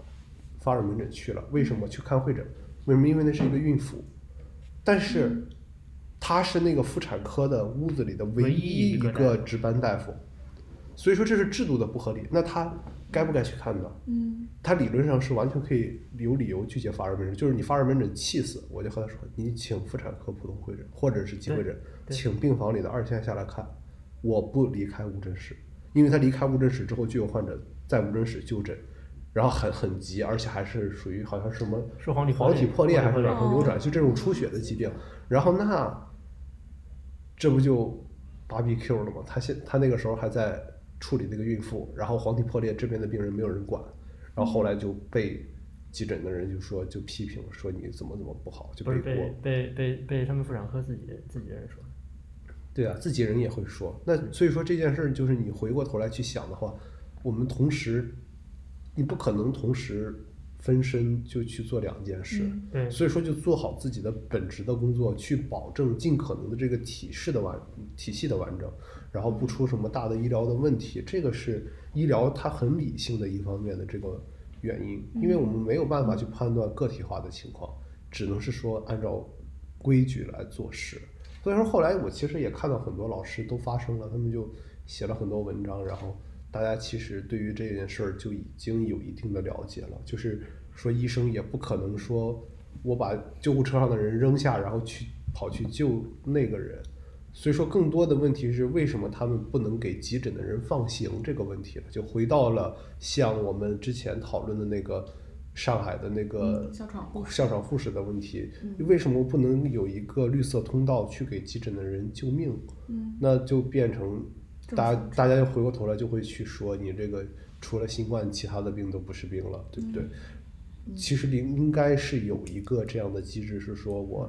C: 发热门诊去了。为什么去看会诊？为什么？因为那是一个孕妇，但是她是那个妇产科的屋子里的唯
B: 唯
C: 一
B: 一
C: 一
B: 一个
C: 个值班大夫，所以说这是制度的不合理。那她该不该去看呢？
A: 嗯
C: 他理论上是完全可以有理由拒绝发热门诊，就是你发热门诊气死，我就和他说，你请妇产科普通会诊或者是急会诊，
B: 对对
C: 请病房里的二线下来看，我不离开无诊室，因为他离开无诊室之后就有患者在无诊室就诊，然后很很急，而且还是属于好像是什么
B: 是黄体
C: 黄体破裂还是
B: 黄体
C: 软
B: 破
C: 性扭转，就这种出血的疾病，然后那这不就 BBQ 了吗？他现他那个时候还在处理那个孕妇，然后黄体破裂这边的病人没有人管，然后后来就被急诊的人就说就批评说你怎么怎么不好，就
B: 不是
C: 背
B: 被
C: 锅。
B: 被被被他们妇产科自己自己人说，
C: 对啊，自己人也会说。那所以说这件事儿就是你回过头来去想的话，我们同时你不可能同时分身就去做两件事。
A: 嗯
B: 对
C: 所以说，就做好自己的本职的工作，去保证尽可能的这个体式的完体系的完整，然后不出什么大的医疗的问题。这个是医疗它很理性的一方面的这个原因，因为我们没有办法去判断个体化的情况，只能是说按照规矩来做事。所以说，后来我其实也看到很多老师都发声了，他们就写了很多文章，然后大家其实对于这件事儿就已经有一定的了解了，就是说医生也不可能说我把救护车上的人扔下，然后去跑去救那个人。所以说，更多的问题是为什么他们不能给急诊的人放行这个问题了，就回到了像我们之前讨论的那个上海的那个
A: 嗯，哮喘护士，
C: 校长哦护士的问题，
A: 嗯
C: 为什么不能有一个绿色通道去给急诊的人救命？
A: 嗯，
C: 那就变成
A: 这种
C: 大家
A: 方式
C: 大家又回过头来就会去说你这个除了新冠，其他的病都不是病了，对不
A: 嗯
C: 对？其实应应该是有一个这样的机制，是说我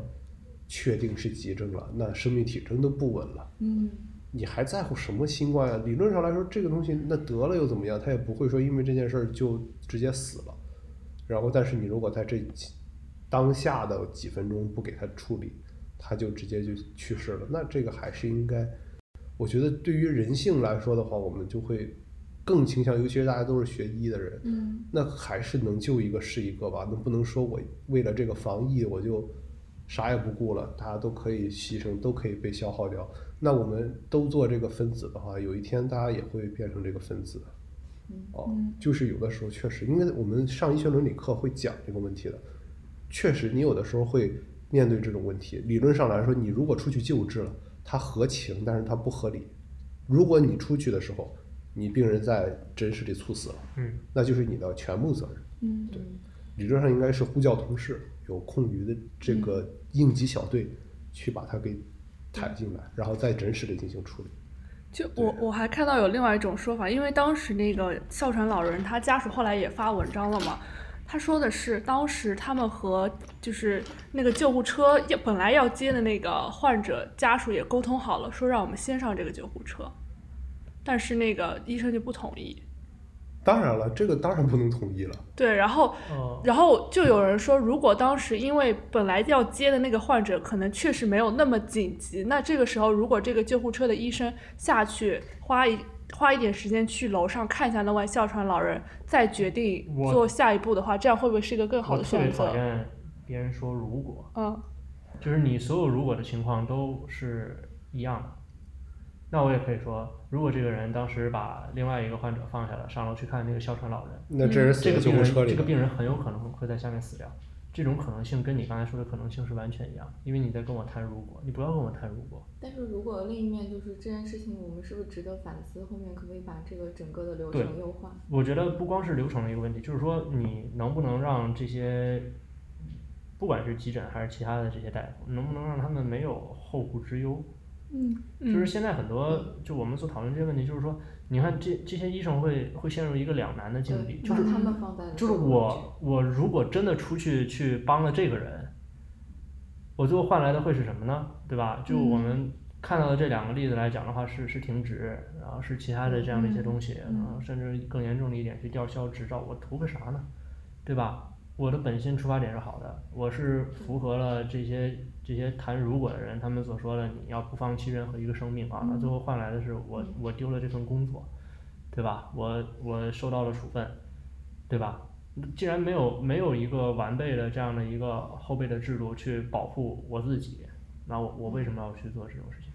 C: 确定是急症了，那生命体征都不稳了。
A: 嗯
C: 你还在乎什么新冠啊？理论上来说，这个东西那得了又怎么样？他也不会说因为这件事儿就直接死了。然后，但是你如果在这几当下的几分钟不给他处理，他就直接就去世了。那这个还是应该，我觉得对于人性来说的话，我们就会更倾向，尤其是大家都是学医的人，
A: 嗯
C: 那还是能救一个是一个吧。那不能说我为了这个防疫我就啥也不顾了，大家都可以牺牲，都可以被消耗掉。那我们都做这个分子的话，有一天大家也会变成这个分子。哦，
B: 嗯
C: 就是有的时候确实，因为我们上医学伦理课会讲这个问题的，确实你有的时候会面对这种问题。理论上来说，你如果出去救治了，它合情，但是它不合理。如果你出去的时候，你病人在诊室里猝死了，
B: 嗯，
C: 那就是你的全部责任。
A: 嗯，
C: 对，理论上应该是呼叫同事，有空余的这个
B: 嗯
C: 应急小队去把他给抬进
B: 嗯
C: 来，然后在诊室里进行处理。
D: 就我我还看到有另外一种说法，因为当时那个哮喘老人他家属后来也发文章了嘛，他说的是当时他们和就是那个救护车要本来要接的那个患者家属也沟通好了，说让我们先上这个救护车，但是那个医生就不同意。
C: 当然了，这个当然不能统一了。
D: 对，然后
B: 哦，
D: 然后就有人说，如果当时因为本来要接的那个患者可能确实没有那么紧急，那这个时候如果这个救护车的医生下去花一花一点时间去楼上看一下那位哮喘老人，再决定
B: 我
D: 做下一步的话，这样会不会是一个更好
B: 我
D: 的
B: 特别
D: 选
B: 讨
D: 择？
B: 厌别人说如果，
D: 嗯，
B: 就是你所有如果的情况都是一样的，那我也可以说，如果这个人当时把另外一个患者放下了，上楼去看那个哮喘老人，
C: 那这人死
B: 嗯这
C: 在
B: 个
C: 救
B: 病
C: 护
B: 人
C: 车里
B: 这个
C: 了，
B: 病人很有可能会在下面死掉，这种可能性跟你刚才说的可能性是完全一样，因为你在跟我谈如果，你不要跟我谈如果，
E: 但是如果另一面就是这件事情，我们是不是值得反思？后面可不可以把这个整个的流
B: 对
E: 程优化？
B: 我觉得不光是流程的一个问题，就是说你能不能让这些，不管是急诊还是其他的这些大夫，能不能让他们没有后顾之忧？
A: 嗯
B: 就是现在很多，就我们所讨论这些问题，就是说，你看这这些医生会会陷入一个两难的境
E: 对，
B: 地，就
E: 呃把
B: 是
E: 他们放在了
B: 就是
E: 这个位
B: 我我如果真的出去去帮了这个人，我最后换来的会是什么呢？对吧？就我们看到的这两个例子来讲的话，是是停职，然后是其他的这样的一些东西，然后甚至更严重的一点是吊销执照，我图个啥呢？对吧？我的本心出发点是好的，我是符合了这些这些谈如果的人他们所说的你要不放弃任何一个生命啊，那最后换来的是我我丢了这份工作，对吧？我我受到了处分，对吧？既然没有没有一个完备的这样的一个后备的制度去保护我自己，那我我为什么要去做这种事情？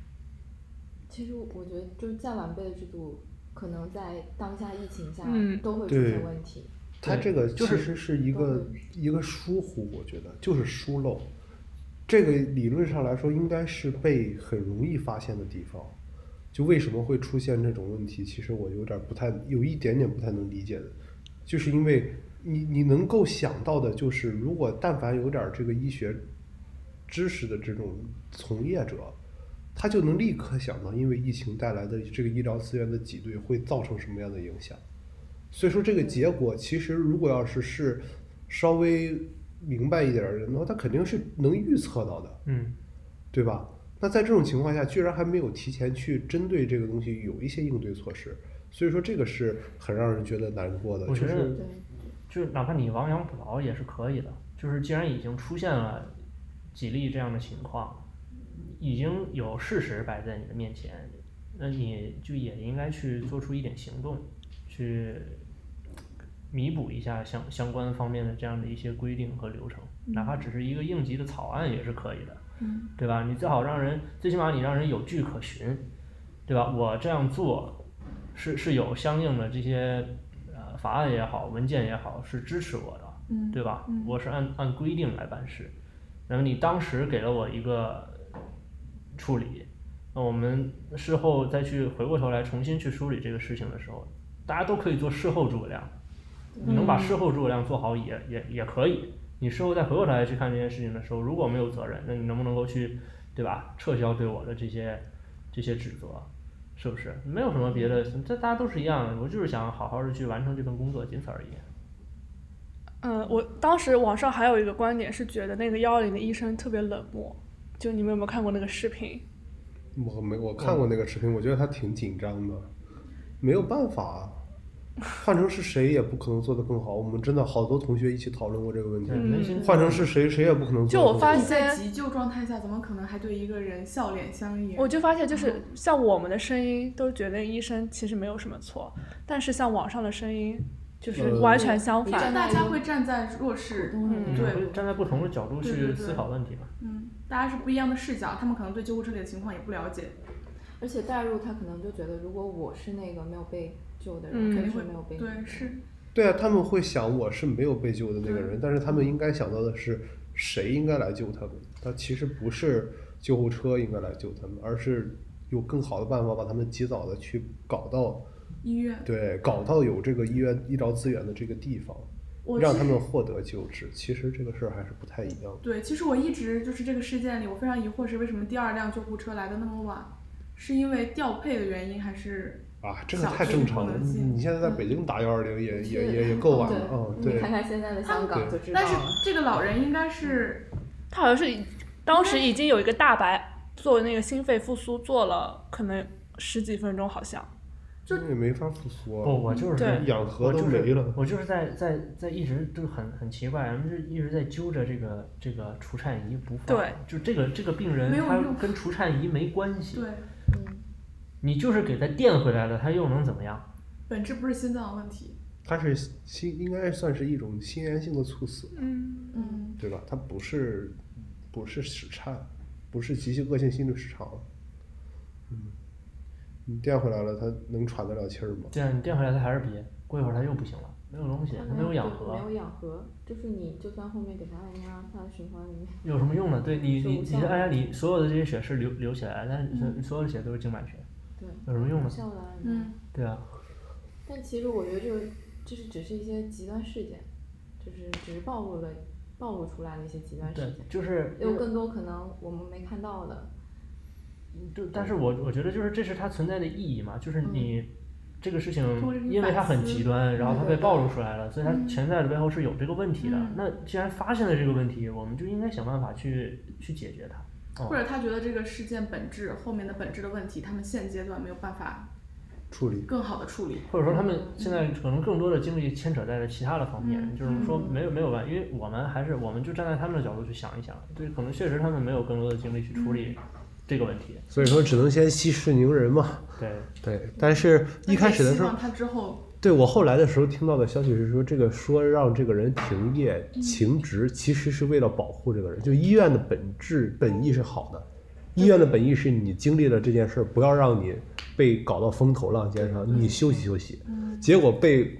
E: 其实我觉得，就是再完备的制度，可能在当下疫情下
D: 嗯
E: 都会出
C: 对
E: 现问题。
C: 它
B: 对
C: 这个
B: 就
C: 其
B: 是
C: 实是一个一个疏忽，我觉得就是疏漏。这个理论上来说，应该是被很容易发现的地方。就为什么会出现这种问题？其实我有点不太，有一点点不太能理解的，就是因为你你能够想到的，就是如果但凡有点这个医学知识的这种从业者，他就能立刻想到，因为疫情带来的这个医疗资源的挤兑会造成什么样的影响。所以说这个结果，其实如果要是是稍微明白一点儿的人的话，他肯定是能预测到的，
B: 嗯，
C: 对吧？那在这种情况下，居然还没有提前去针对这个东西有一些应对措施，所以说这个是很让人觉得难过的。
B: 我
C: 就
B: 觉
C: 是
B: 得
E: 对，
B: 就是哪怕你亡羊补牢也是可以的。就是既然已经出现了几例这样的情况，已经有事实摆在你的面前，那你就也应该去做出一点行动，去弥补一下相相关方面的这样的一些规定和流程，哪怕只是一个应急的草案也是可以的，对吧？你最好让人，最起码你让人有据可循，对吧？我这样做是是有相应的这些呃法案也好，文件也好，是支持我的，
A: 嗯
B: 对吧？
A: 嗯
B: 我是按按规定来办事，那么你当时给了我一个处理，那我们事后再去回过头来重新去梳理这个事情的时候，大家都可以做事后诸葛亮。
A: 嗯
B: 你能把事后诸葛亮做好也也也可以。你事后再回过头来去看这件事情的时候，如果没有责任，那你能不能够去，对吧？撤销对我的这些这些指责，是不是？没有什么别的，这大家都是一样的。我就是想好好的去完成这份工作，仅此而已。
D: 嗯，我当时网上还有一个观点是觉得那个幺二零的医生特别冷漠，就你们有没有看过那个视频？
C: 我没我看过那个视频，我觉得他挺紧张的，没有办法啊，换成是谁也不可能做得更好。我们真的好多同学一起讨论过这个问题，
A: 嗯
B: 对，人心
C: 换成是谁谁也不可能做得
D: 嗯就我
C: 更
D: 发
C: 好
A: 你在
D: 现
A: 急救状态下，怎么可能还对一个人笑脸相迎？
D: 我就发现，
A: 嗯
D: 就是像我们的声音都觉得医生其实没有什么错，但是像网上的声音就是
C: 呃
D: 完全相
E: 你
D: 反。
E: 站
A: 大家会站在弱
E: 普
A: 势，
E: 通人
D: 嗯
B: 你会
A: 对，
B: 站在不同的角度
A: 对对
B: 去
A: 对
B: 思考问题嘛。
A: 嗯，大家是不一样的视角，他们可能对救护车里的情况也不了解，
E: 而且代入他可能就觉得，如果我是那个没有被救的
D: 嗯
E: 人，
A: 肯定
E: 是
A: 会
E: 没有被
A: 对是，
C: 对啊，他们会想我是没有被救的那个人，但是他们应该想到的是谁应该来救他们。他其实不是救护车应该来救他们，而是有更好的办法把他们及早的去搞到
A: 医院。
C: 对搞到有这个医院医疗资源的这个地方，
A: 我
C: 让
A: 其
C: 他
A: 实
C: 们获得救治。其实这个事儿还是不太一样的。
A: 对，其实我一直就是这个事件里，我非常疑惑是为什么第二辆救护车来的那么晚，是因为调配的原因还是？
C: 啊，这个
A: 小
C: 太
A: 区
C: 正
A: 不
C: 常了。
A: 能
C: 你
A: 进
C: 你现在在北京打幺二零也
E: 是
C: 也也也够晚
E: 对
C: 了，嗯，
E: 你
C: 对
E: 看。看现在的香港就知道
A: 但是
E: 了。嗯
A: 这个老人应该是
D: 他好像是当
A: 嗯
D: 时已经有一个大白做那个心肺复苏，做了可能十几分钟，好像。
A: 就
C: 也没法复苏
B: 不，
C: 啊，
B: 我就是
D: 对
B: 在
C: 氧
B: 哦我
C: 合都
B: 就
C: 没
B: 是
C: 了。
B: 我就是在在在一直都很很奇怪，人们就一直在揪着这个这个除颤仪不放。
D: 对，
B: 就这个这个病人
A: 没有
B: 他
A: 用
B: 跟除颤仪没关系。
A: 对，
B: 你就是给他垫回来了，他又能怎么样？
A: 本质不是心脏问题。
C: 它是心应该算是一种心源性的猝死，
D: 嗯，
A: 嗯，
C: 对吧？它不是不是室颤，不是急性恶性心律失常。嗯，你垫回来了，它能喘得了气儿吗？
B: 对啊，你垫回来他还是憋，过一会儿他又不行了，没有东西，他没有氧
E: 嗯没
B: 合，
E: 有氧合，就是你就算后面给他按压，他的循环里面
B: 有什么用呢？对你
E: 是
B: 你
E: 无
B: 你
E: 效
B: 的
E: 的嗯
B: 按压里所有的这些血是流流起来，但是所有的血都是静脉血，
E: 对
B: 有什么用
E: 无
B: 呢？
E: 效的按压。
A: 嗯，
B: 对啊，
E: 但其实我觉得这个就是只是一些极端事件，就是只是暴露了暴露出来的一些极端事
B: 对
E: 件，，
B: 就是
E: 有更多可能我们没看到的。
B: 对，但是我我觉得就是这是它存在的意义嘛，
E: 嗯
B: 就是你这个事情
A: 通过这，些
B: 因为它很
A: 反思
B: 极端，然后它
E: 对
B: 被
E: 对
B: 暴露出来了，所以它
A: 嗯
B: 潜在的背后是有这个问题的
A: 嗯。
B: 那既然发现了这个问题，我们就应该想办法去去解决它。哦
A: 或者他觉得这个事件本质后面的本质的问题，他们现阶段没有办法
C: 处理。
A: 更好的处理。
G: 或者说他们现在可能更多的精力牵扯在了其他的方面，
A: 嗯
G: 就是说没有没有办法，因为我们还是我们就站在他们的角度去想一想，对，可能确实他们没有更多的精力去处
A: 嗯
G: 理这个问题，
C: 所以说，只能先息事宁人嘛。
G: 对，
C: 对，但是一开始的时
A: 希
C: 候，
A: 望他之后
C: 对我后来的时候听到的消息是说，这个说让这个人停业停职，其实是为了保护这个人。就医院的本质本意是好的，医院的本意是你经历了这件事儿，不要让你被搞到风头浪尖上，你休息休息。结果被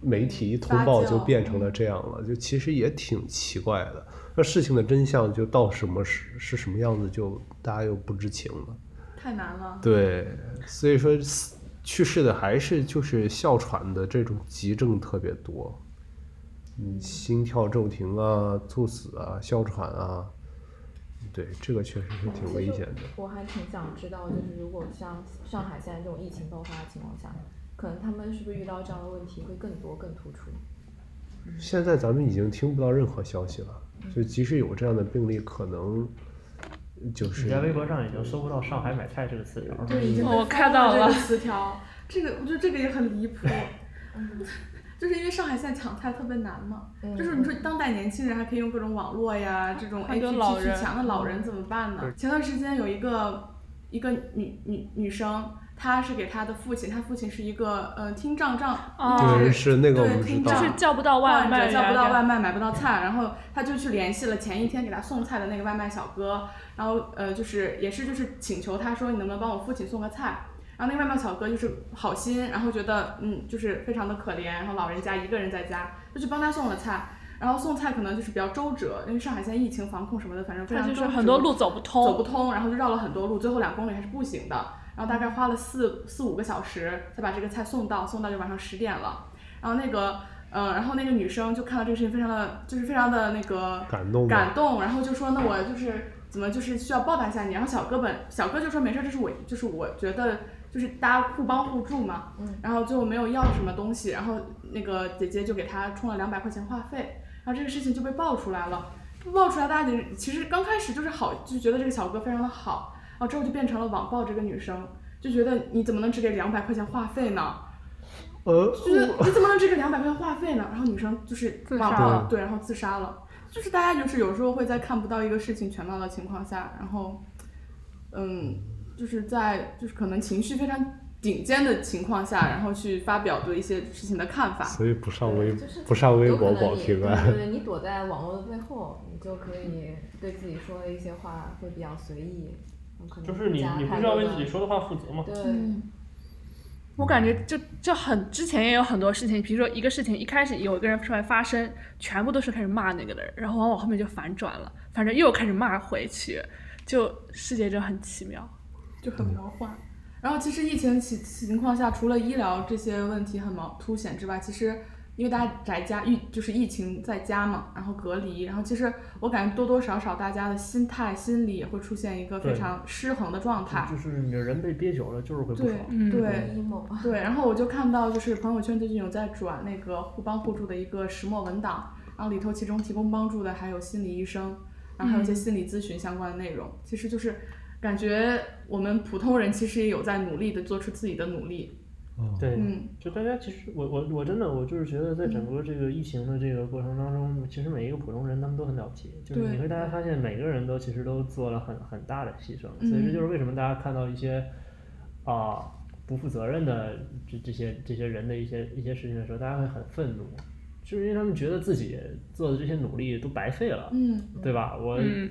C: 媒体一通报，就变成了这样了，就其实也挺奇怪的。那事情的真相就到什么是是什么样子，就大家又不知情了。
A: 太难了。
C: 对，所以说死去世的还是就是哮喘的这种急症特别多，嗯，心跳骤停啊、猝死啊、哮喘啊，对，这个确实是挺危险的。
E: 我还挺想知道，就是如果像上海现在这种疫情爆发的情况下，可能他们是不是遇到这样的问题会更多、更突出？
C: 现在咱们已经听不到任何消息了，就即使有这样的病例，可能就是
B: 你在微博上已经搜不到“上海买菜”这个词条了。
A: 对，已经
D: 哦
A: 被
D: 我
A: 封
D: 看到
A: 这个
D: 了
A: 词条，这个我觉得这个也很离谱， 就是因为上海现在抢菜特别难嘛，
E: 嗯
A: 就是你说当代年轻人还可以用各种网络呀这种
D: 还有
A: APP
D: 嗯老
A: 去
D: 人嗯
A: 抢，那老人怎么办呢？前段时间有一个一个女女女生，她是给她的父亲，她父亲是一个呃听障障，
D: 哦
A: 应该
C: 对
A: 是
C: 是那个我
A: 对
C: 们知
A: 听
C: 道
D: 就
A: 障
D: 是叫不到外
A: 患者
D: 卖，
A: 叫不到外卖，买不到菜，然后他就去联系了前一天给他送菜的那个外卖小哥，然后呃，就是也是就是请求他说你能不能帮我父亲送个菜。然后那个外卖小哥就是好心，然后觉得嗯，就是非常的可怜，然后老人家一个人在家，就去帮他送了菜。然后送菜可能就是比较周折，因为上海现在疫情防控什么的，反正非
D: 他
A: 常
D: 就是
A: 周
D: 很多
A: 折
D: 路走不通，
A: 走不通，然后就绕了很多路，最后两公里还是步行的，然后大概花了四四五个小时才把这个菜送到，送到就晚上十点了。然后那个，呃，然后那个女生就看到这个事情，非常的就是非常的那个
C: 感动
A: 感
C: 的，
A: 动，然后就说那我就是怎么就是需要报答一下你，然后小哥本小哥就说没事儿，这是我就是我觉得就是大家互帮互助嘛，
E: 嗯
A: 然后就没有要什么东西，然后那个姐姐就给他充了两百块钱话费，然后这个事情就被爆出来了，爆出来大家就其实刚开始就是好就觉得这个小哥非常的好，然后之后就变成了网暴这个女生，就觉得你怎么能只给两百块钱话费呢？
C: 呃，
A: 就是你怎么能这个两百块钱话费呢？然后女生就是
D: 自
A: 网
D: 杀
A: 暴
C: 了
A: 对，然后自杀了。就是大家就是有时候会在看不到一个事情全貌的情况下，然后，嗯，就是在就是可能情绪非常顶尖的情况下，然后去发表对一些事情的看法。
C: 所以不上
E: 对
C: 微
E: 就是
C: 不啊上微
E: 有可
C: 博
E: 能
C: 保
E: 你
C: 平安。
E: 对 对对，你躲在网络的背后，你就可以对自己说的一些话会比较随意，有可能
B: 就是你
E: 加，
B: 你不
E: 太
B: 是要
E: 多
B: 为
E: 的
B: 自己说的嗯话负责吗？
E: 对，
D: 我感觉就就很之前也有很多事情，比如说一个事情一开始有一个人出来发声，全部都是开始骂那个人，然后往往后面就反转了，反正又开始骂回去，就世界就很奇妙。
A: 就很魔幻。然后其实疫情情情况下，除了医疗这些问题很矛凸显之外，其实因为大家宅家疫就是疫情在家嘛，然后隔离，然后其实我感觉多多少少大家的心态心理也会出现一个非
B: 对
A: 常失衡的状态。
B: 就是你人被憋久了，就是会不
A: 对
B: 爽。
D: 嗯
A: 对
E: emo，
A: 对，然后我就看到就是朋友圈最近有在转那个互帮互助的一个石墨文档，然后里头其中提供帮助的还有心理医生，然后还有一些心理咨询相关的内容。其实就是感觉我们普通人其实也有在努力的做出自己的努力。
C: 哦
B: 对，
A: 嗯，
B: 就大家其实我我我真的我就是觉得，在整个这个疫情的这个过程当中，其实每一个普通人他们都很了不起，就是
A: 对
B: 你会大家发现每个人都其实都做了很很大的牺牲，
A: 嗯
B: 所以这就是为什么大家看到一些啊、不负责任的这这些这些人的一些一些事情的时候，大家会很愤怒，就是因为他们觉得自己做的这些努力都白费了，
A: 嗯，
B: 对吧？我
D: 嗯，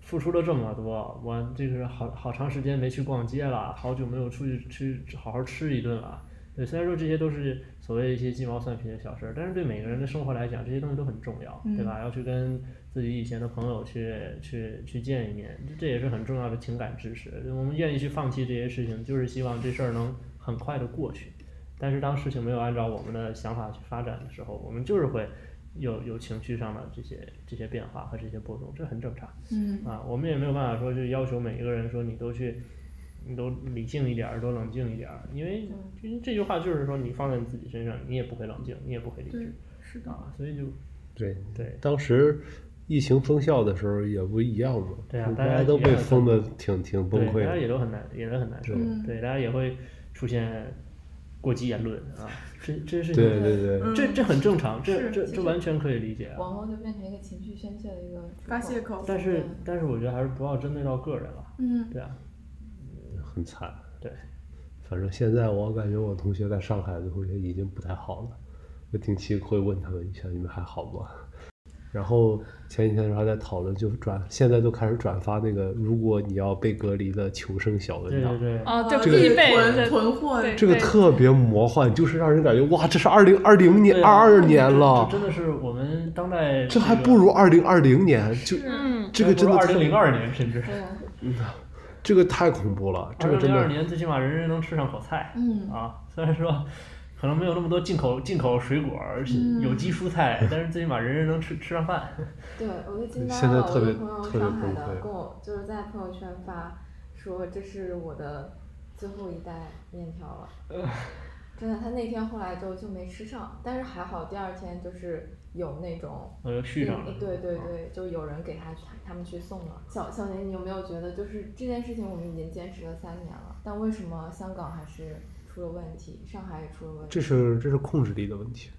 B: 付出了这么多，我这个好好长时间没去逛街了，好久没有出去去好好吃一顿了。对，虽然说这些都是所谓一些鸡毛蒜皮的小事，儿，但是对每个人的生活来讲，这些东西都很重要，对吧？要去跟自己以前的朋友去去去见一面，这这也是很重要的情感支持。我们愿意去放弃这些事情，就是希望这事儿能很快的过去。但是当事情没有按照我们的想法去发展的时候，我们就是会有有情绪上的这些这些变化和这些波动，这很正常。
A: 嗯
B: 啊，我们也没有办法说是要求每一个人说你都去，你都理性一点儿，都冷静一点儿，因为这这句话就是说你放在你自己身上，你也不会冷静，你也不会理智
A: 对，是的，
B: 啊，所以就
C: 对，
B: 对
C: 当时疫情封校的时候也不一样嘛，
B: 对啊
C: 就
B: 大
C: 大
B: 家
C: 都
B: 一
C: 被
B: 样
C: 封的挺挺崩
B: 对，
C: 溃
B: 大家
C: 的。
B: 也都很难，也都很难受，
A: 嗯
B: 对，大家也会出现过激言论啊，这这是
C: 对对对，
A: 嗯
B: 这这很正常，这
A: 是
B: 这
E: 其
B: 这
E: 实
B: 完全可以理解啊。
E: 网络就变成一个情绪宣泄的一个出
A: 发
E: 口
A: 泄口，
B: 但是
E: 对
B: 但是我觉得还是不要针对到个人了，
A: 嗯，
B: 对啊，
C: 很惨。
B: 对，
C: 反正现在我感觉我同学在上海的同学已经不太好了，我定期会问他们一下你们还好吗？然后前几天还在讨论，就转现在都开始转发那个如果你要被隔离的求生小
B: 对
C: 文
B: 对
C: 章，
B: 对，
D: 啊，对，
A: 哦这
D: 必
A: 个
D: 备
A: 囤
D: 对
A: 囤货，
D: 对
C: 这个特别魔幻，就是让人感觉哇，这是二零二零年
B: 对
C: 二
B: 啊
C: 二年
B: 这
C: 了
B: 这，真的是我们当代
C: 这
B: 个
C: 还不如二零二零年，就
D: 嗯，
C: 这个真的
B: 二
C: 特
B: 零零二年甚至，
E: 对，啊
C: 这个太恐怖了， 这
B: 二
C: 个
B: 零
C: 真
B: 零二
C: 的
B: 年最起码人人能吃上口菜
A: 嗯，
B: 啊，虽然说。可能没有那么多进口进口水果、有机蔬菜，但是最起码人人能吃吃上饭。
E: 对，我就惊呆了。
C: 现在特别
E: 我有
C: 特别
E: 朋
C: 崩
E: 友上海的
C: 溃
E: 跟我就是在朋友圈发说这是我的最后一袋面条了。 真的，他那天后来之后就没吃上，但是还好第二天就是有那种
B: 我又续上了。啊
E: 对对对，就有人给他他们去送了。小小宁，你有没有觉得就是这件事情我们已经坚持了三年了，但为什么香港还是出了问题，上海也出了问题？
C: 这是这是控制力的问题。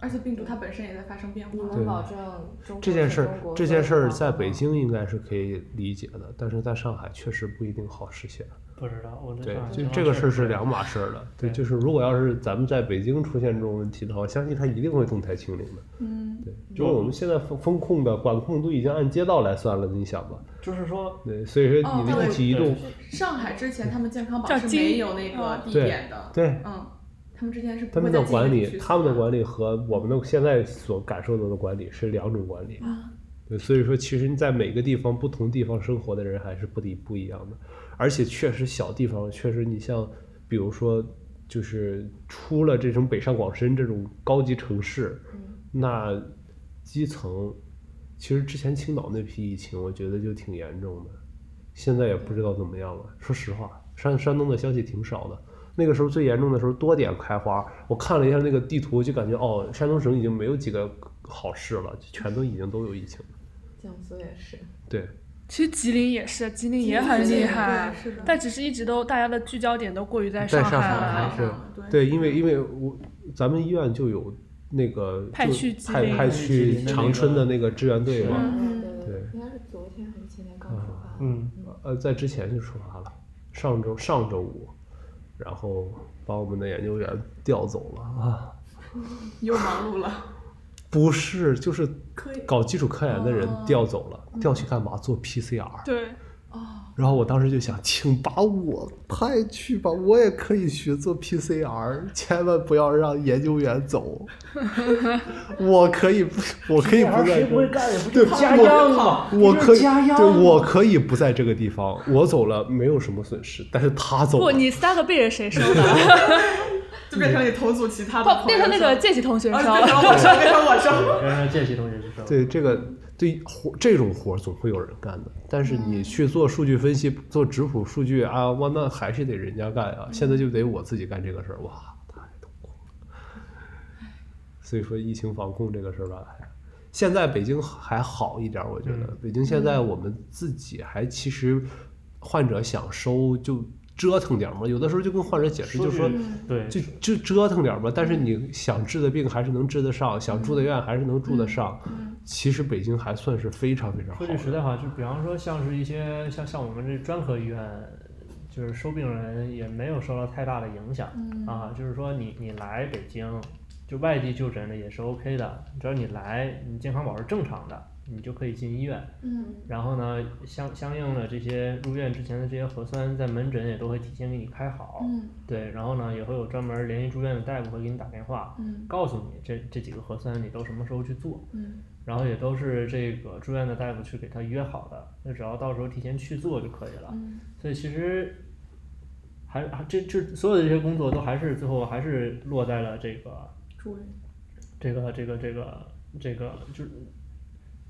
A: 而且病毒它本身也在发生变
E: 你
D: 嗯
A: 化，
E: 能保证中国
C: 这件事
E: 是
C: 儿
E: 中国，
C: 这件事
E: 做得
C: 儿
E: 到
C: 在
E: 吗
C: 北京应该是可以理解的，但是在上海确实不一定好实现。
B: 不知道，我
C: 对
B: 这上，
C: 就
B: 上
C: 这个
B: 确
C: 事儿
B: 实
C: 是
B: 不
C: 两码事儿的。对，
B: 对
C: 就是如果要是咱们在北京出现这种问题的话，我相信它一定会动态清零的。
A: 嗯，
C: 对，因为我们现在风风控的管控都已经按街道来算了，你想吧？
B: 就是说，
C: 对，所以说
A: 哦
C: 你的一
A: 对
C: 举一动，
A: 上海之前他们健康宝
D: 叫啊
A: 是
D: 金
A: 没有那个地
C: 对
A: 点的，
C: 对
A: 嗯，他们之前是不
C: 他
A: 会
C: 们
A: 在
C: 的
A: 禁
C: 管
A: 令
C: 理
A: 区，
C: 他们的
A: 送
C: 管理和我们的现在所感受到的管理是两种管理。
A: 啊
C: 对，所以说其实，在每个地方、不同地方生活的人还是不一不一样的，而且确实小地方，确实你像，比如说，就是出了这种北上广深这种高级城市，
A: 嗯
C: 那基层，其实之前青岛那批疫情，我觉得就挺严重的，现在也不知道怎么样了。说实话，山山东的消息挺少的。那个时候最严重的时候，多点开花，我看了一下那个地图，就感觉哦，山东省已经没有几个好市了，就全都已经都有疫情了。
E: 江苏也是。
C: 对，
D: 其实吉林也是，吉林也
A: 进
D: 很
A: 去
D: 厉
A: 对
D: 害，
A: 是的，
D: 但只是一直都大家的聚焦点都过于在
C: 在
D: 上
C: 上
D: 海
C: 海
D: 了
C: 还。是
A: 对
C: 对，因为因为我咱们医院就有那个
D: 派
C: 就
D: 去吉
C: 派
D: 林
C: 派
B: 的吉
C: 去
B: 林的那
C: 长春
B: 个
C: 的那个支援队
B: 是
C: 嘛，
A: 嗯
E: 对
C: 对
E: 应该是昨天还是前天刚出发。
B: 嗯，
C: 呃，在之前就出发了，上周上周五，然后把我们的研究员调走了啊，
A: 又忙碌了，
C: 不是，就是
A: 可以
C: 搞基础科研的人
A: 哦
C: 调走了，调去干嘛？做 PCR。
D: 对，
A: 哦，
C: 然后我当时就想，请把我派去吧，我也可以学做 PCR，千 万不要让研究员走。 我可以不，我可以不在
B: 谁
C: 这
B: 不
C: 儿
B: 会干也不
C: 对
B: 就加秧嘛，
C: 我
B: 这
C: 可以，
B: 加秧啊
C: 对，
B: 嘛
C: 我可以不在这个地方，我走了没有什么损失，但是他走
D: 不，
C: 了，
D: 你三个被人谁收 的？
A: 就变成你同组其他的朋
D: 不，
A: 友
D: 变成那
A: 说
D: 个见习同学
A: 啊，
D: 收
A: 变成我说，变成我 说，
B: 原来见习同学是说，
C: 对这个对活这种活儿总会有人干的，但是你去做数据分析、做质谱数据啊，哇，那还是得人家干啊，现在就得我自己干这个事儿，哇，太痛苦了。所以说，疫情防控这个事儿吧，哎现在北京还好一点儿，我觉得、
B: 嗯
C: 北京现在我们自己还其实患者想收就折腾点儿嘛，有的时候就跟患者解释，就说
B: 说对，
C: 就就折腾点儿吧，但是你想治的病还是能治得上，想住的院还是能住得上。
D: 嗯
C: 其实北京还算是非常非常好
B: 说句实
C: 的，
B: 在话，就比方说像是一些像像我们这专科医院，就是收病人也没有受到太大的影响、
A: 嗯
D: 嗯
B: 啊，就是说你你来北京，就外地就诊的也是 OK 的，只要你来，你健康宝是正常的，你就可以进医院。
E: 嗯，
B: 然后呢，相相应的这些入院之前的这些核酸，在门诊也都会提前给你开好。
A: 嗯
B: 对，然后呢，也会有专门联系住院的大夫会给你打电话，
A: 嗯
B: 告诉你这这几个核酸你都什么时候去做，
A: 嗯
B: 然后也都是这个住院的大夫去给他约好的，那只要到时候提前去做就可以了。
A: 嗯
B: 所以其实还还这这所有的这些工作都还是最后还是落在了这个
A: 住人，
B: 这个这个这个这个就是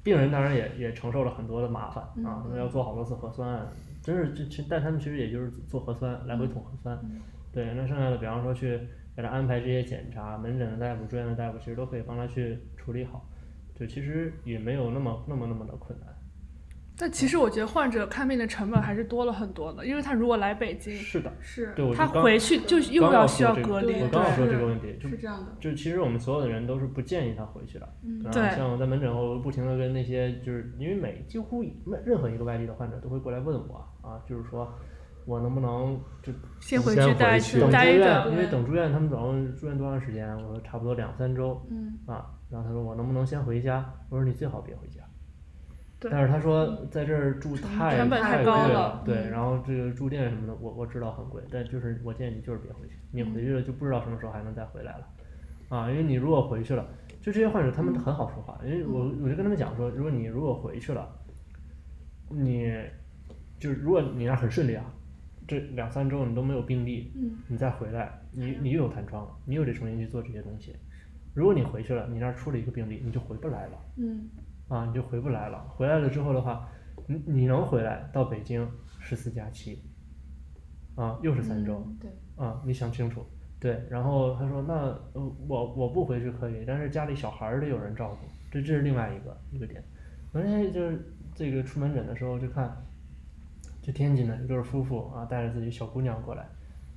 B: 病人当然也也承受了很多的麻烦啊，
D: 嗯
B: 他们要做好多次核酸，啊真是这这，但他们其实也就是做核酸，来回
D: 嗯
B: 捅核酸。对，那剩下的比方说去给他安排这些检查，门诊的大夫、住院的大夫其实都可以帮他去处理好，就其实也没有那么那么那么的困难。
D: 但其实我觉得患者看病的成本还是多了很多的，因为他如果来北京，
B: 是的，
A: 是
B: 对，我就
D: 他
B: 刚
D: 回去就又
B: 刚要
D: 要
B: 说
D: 需要
B: 这个
D: 隔
A: 对
D: 离，
B: 我刚要说
D: 对，
B: 这个问题，就是
A: 这样的，
B: 就其实我们所有的人都是不建议他回去的。
A: 嗯
B: 然
D: 对
B: 后像我在门诊后，不停的跟那些就是因为每几乎每任何一个外地的患者都会过来问我啊，就是说我能不能就
D: 先回
C: 先
D: 去
C: 回
D: 待
C: 去
B: 等住
D: 待
B: 院，
D: 着，
B: 因为
A: 对
B: 等住院他们总共住院多长时间？我说差不多两三周
A: 嗯，
B: 啊。然后他说我能不能先回家？我说你最好别回家。
D: 对
B: 但是他说在这儿住
A: 成
B: 太
D: 成本太高
B: 贵
D: 了
B: 对，
A: 嗯
B: 然后这个住店什么的，我我知道很贵，但就是我建议你就是别回去，你回
D: 嗯
B: 去了就不知道什么时候还能再回来了，啊，因为你如果回去了，就这些患者他们
D: 嗯
B: 很好说话，因为我我就跟他们讲说，如果你如果回去了，你就是如果你那儿很顺利啊，这两三周你都没有病例，
A: 嗯，
B: 你再回来，你你又有弹窗了，你又得重新去做这些东西，如果你回去了，你那儿出了一个病例，你就回不来了。
A: 嗯，
B: 啊，你就回不来了。回来了之后的话，你你能回来到北京十四加七，啊，又是三周、
E: 嗯对，
B: 啊，你想清楚。对，然后他说那呃我我不回去可以，但是家里小孩儿得有人照顾，这这是另外一个一个点。我现在就是这个出门诊的时候就看，就天津的一对夫妇啊，带着自己小姑娘过来，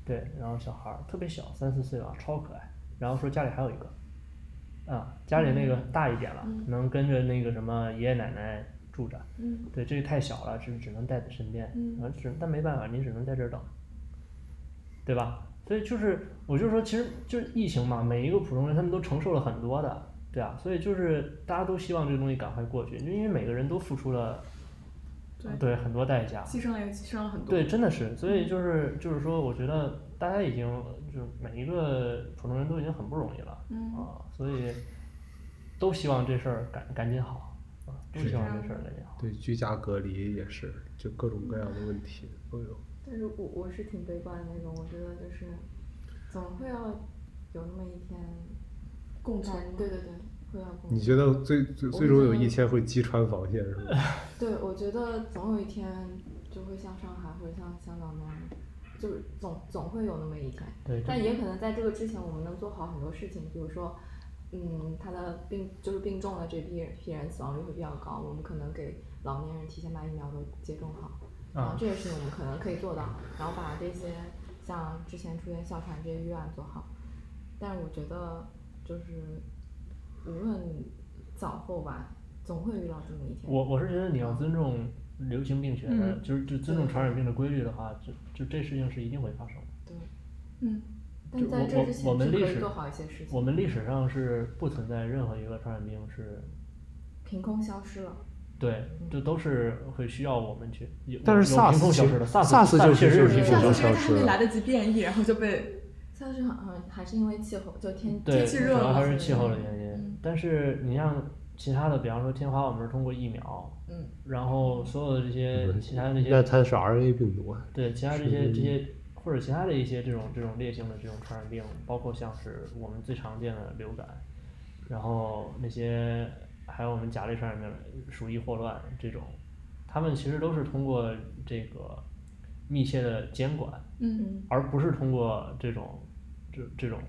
B: 对，然后小孩儿特别小，三四岁啊，超可爱。然后说家里还有一个，啊，家里那个
A: 嗯
B: 大一点了，能跟着那个什么爷爷奶奶住着。
A: 嗯，
B: 对，这个太小了，只只能带在身边。
A: 嗯
B: 然后只但没办法，你只能在这儿等，对吧？所以就是，我就说，其实就是疫情嘛，每一个普通人他们都承受了很多的，对啊，所以就是大家都希望这个东西赶快过去，因为每个人都付出了
A: 对
B: 对很多代价。
A: 牺牲了也牺牲了很多，
B: 对，真的是，所以就是就是说，我觉得大家已经就是每一个普通人都已经很不容易了
A: 嗯，
B: 啊，所以都希望这事儿赶赶紧好啊，都希望这事儿赶紧好。
E: 啊
C: 对，居家隔离也是，就各种各样的问题都有。
E: 但是我我是挺悲观的那种，我觉得就是总会要有那么一天，
A: 共存
E: 哎，对对对，会要共
C: 你
E: 存。
C: 觉得最最
E: 我
C: 最终
E: 觉
C: 有
E: 得
C: 一天会击穿防线是吗？
E: 对，我觉得总有一天就会像上海或者像香港那样，就是总总会有那么一天。
B: 对，
E: 但也可能在这个之前，我们能做好很多事情，比如说，嗯，他的病就是病重的这批批人死亡率会比较高，我们可能给老年人提前把疫苗都接种好，然后
B: 啊，
E: 这个事情我们可能可以做到，然后把这些像之前出现哮喘这些预案做好。但是我觉得就是无论早或晚，总会遇到这么一天。
B: 我我是觉得你要尊重流行病学的，
D: 嗯
B: 就是就尊重传染病的规律的话，就就这事情是一定会发生的。
E: 对，
A: 嗯，
E: 但
B: 就
E: 在
B: 我
E: 这
B: 我
E: 之
B: 我
E: 前
B: 们
E: 是可
B: 历
E: 以
B: 史
E: 做好一些事情。
B: 我们历史上是不存在任何一个传染病是，
E: 凭空消失了，
B: 对，
E: 嗯
B: 这都是会需要我们去。有
C: 但是
B: 有有
C: SARS
B: 凭空消
C: 其
B: 失
C: 实
B: 的
C: SARS
B: 确
C: 就
B: 实
C: 是
B: 是
C: 就是
B: 凭
C: 这
A: 上
B: 空消
A: 次因为它
B: 失
C: 种
A: 还
C: 消失
A: 没
C: 了
A: 来得及变异，然后就被
E: 消失好像还是因为气候，就天
B: 对，
E: 天
A: 气
E: 气
A: 热
B: 主要
A: 嘛
B: 还
A: 所
B: 是
A: 以
B: 气候的原因。
A: 嗯
B: 但是你像其他的，比方说天花，我们是通过疫苗，
E: 嗯，
B: 然后所有的这些其他那
C: 那
B: 些
C: 它是 RNA 病毒啊，
B: 对其他这些这些或者其他的一些这种这种烈性的这种传染病，包括像是我们最常见的流感，然后那些还有我们甲类传染病，鼠疫、霍乱这种，他们其实都是通过这个密切的监管，
A: 嗯
E: 嗯，
B: 而不是通过这种这这种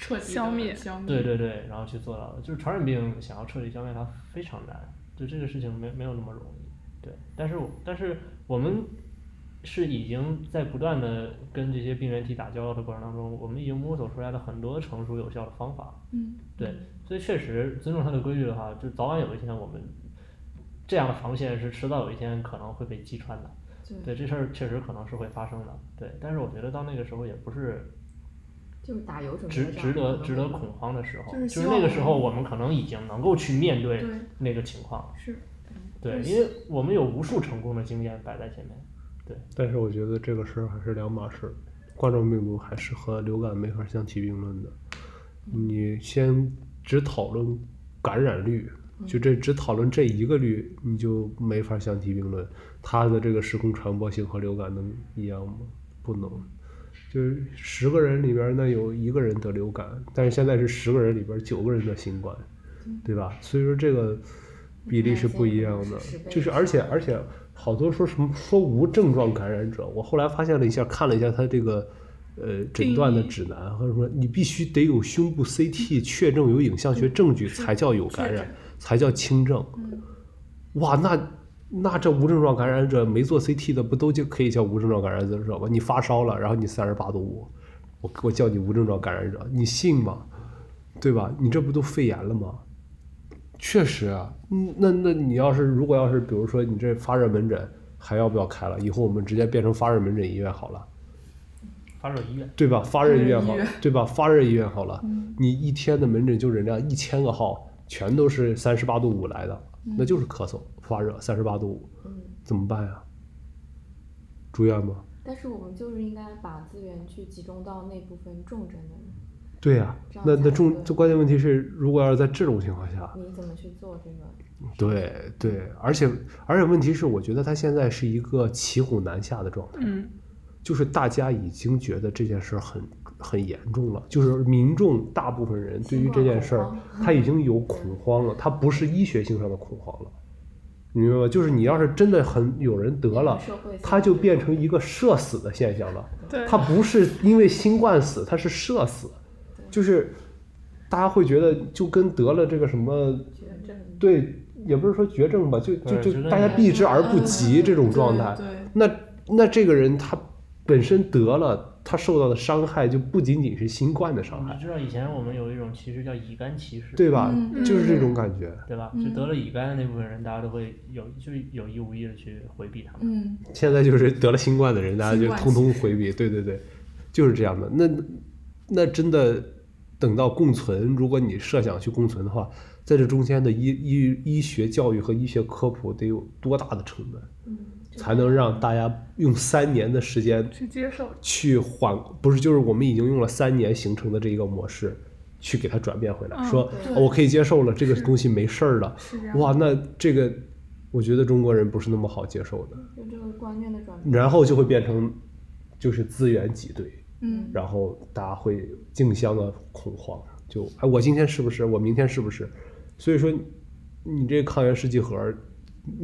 A: 彻底地
D: 消灭
A: 消灭，
B: 对对对，然后去做到的。就是传染病想要彻底消灭它非常难，就这个事情没没有那么容易。对，但是我但是我们是已经在不断的跟这些病原体打交道的过程当中，我们已经摸索出来了很多成熟有效的方法。
A: 嗯，
B: 对，所以确实尊重它的规律的话，就早晚有一天我们这样的防线是迟早有一天可能会被击穿的。对，
E: 对
B: 这事儿确实可能是会发生的。对，但是我觉得到那个时候也不是
E: 就是打油准备
B: 值
E: 战
B: 值得
E: 可能
B: 值
E: 会
B: 得
E: 有
B: 恐慌的时候，
A: 就是
B: 就
A: 希
B: 是
A: 望
B: 那个
A: 我
B: 时
A: 们
B: 候我们可能已经能够去面对
A: 对
B: 那个情况，
A: 是，
B: 对，
A: 就是
B: 因为我们有无数成功的经验摆在前面，
C: 但是我觉得这个事儿还是两码事儿，冠状病毒还是和流感没法相提并论的。你先只讨论感染率，就这只讨论这一个率，你就没法相提并论。它的这个时空传播性和流感能一样吗？不能。就是十个人里边儿那有一个人得流感，但是现在是十个人里边儿九个人得新冠，对吧？所以说这个比例是不一样的
E: 10倍，
C: 就是而且而且好多说什么说无症状感染者，我后来发现了一下，看了一下他这个呃诊断的指南和什么，你必须得有胸部 CT 确证有影像学证据才叫有感
A: 确
C: 染
A: 诊，
C: 才叫轻症。哇，那那这无症状感染者没做 CT 的不都就可以叫无症状感染者吧？你发烧了，然后你三十八度五，我我叫你无症状感染者，你信吗？对吧？你这不都肺炎了吗？确实啊，嗯，那那你要是如果要是比如说你这发热门诊还要不要开了？以后我们直接变成发热门诊医院好了。
F: 发热医院，
C: 对吧？发热医院
A: 嗯发热
C: 好
A: 医院，嗯
C: 对吧？发热医院好了，你一天的门诊就诊量一千个号，全都是三十八度五来的，
A: 嗯
C: 那就是咳嗽、发热，三十八度五，怎么办呀？住院吗？
E: 但是我们就是应该把资源去集中到那部分重症的人，
C: 对呀、
E: 这
C: 那
E: 样
C: 那
E: 才
C: 重
E: 对
C: 这关键问题是，如果要是在这种情况下，
E: 你怎么去做这个？
C: 对对，而且而且问题是，我觉得他现在是一个骑虎难下的状态，
D: 嗯，
C: 就是大家已经觉得这件事儿很很严重了，就是民众大部分人对于这件事儿
E: 新冠恐，
C: 他已经有恐慌了，他不是医学性上的恐慌了，你明白吗？就是你要是真的很有人得了，
E: 社会性
C: 他就
E: 质
C: 变成一个社死的现象了。
D: 对，
C: 他不是因为新冠死，他是社死，就是大家会觉得就跟得了这个什么，
E: 绝症。
C: 对，也不是说绝症吧，就就
F: 对
C: 就
F: 觉得
C: 大家
F: 你
C: 避之而不及这种状
A: 嗯
C: 态。
A: 对对
C: 那那这个人他本身得了，他受到的伤害就不仅仅是新冠的伤
F: 你
C: 害，
F: 知道以前我们有一种歧视叫乙肝歧视，
C: 对吧？
A: 嗯
C: 就是这种感觉。
F: 对吧？
A: 嗯
F: 就得了乙肝的那部分人，大家都会有就是有意无意的去回避他们。
A: 嗯，
C: 现在就是得了新冠的人，大家就
A: 新冠
C: 通通回避。对对对，就是这样的。那那真的等到共存，如果你设想去共存的话，在这中间的医医医学教育和医学科普得有多大的成本，
E: 嗯
C: 才能让大家用三年的时间
D: 去接受，
C: 去缓，不是就是我们已经用了三年形成的这一个模式，去给它转变回来，
D: 嗯
C: 说哦我可以接受了，这个东西没事儿了。
D: 是这啊样。
C: 哇，那这个我觉得中国人不是那么好接受的。
E: 就这个观念的转变。
C: 然后就会变成就是资源挤兑，
A: 嗯，
C: 然后大家会竞相的恐慌，就哎，我今天是不是？我明天是不是？所以说，你这抗原试剂盒儿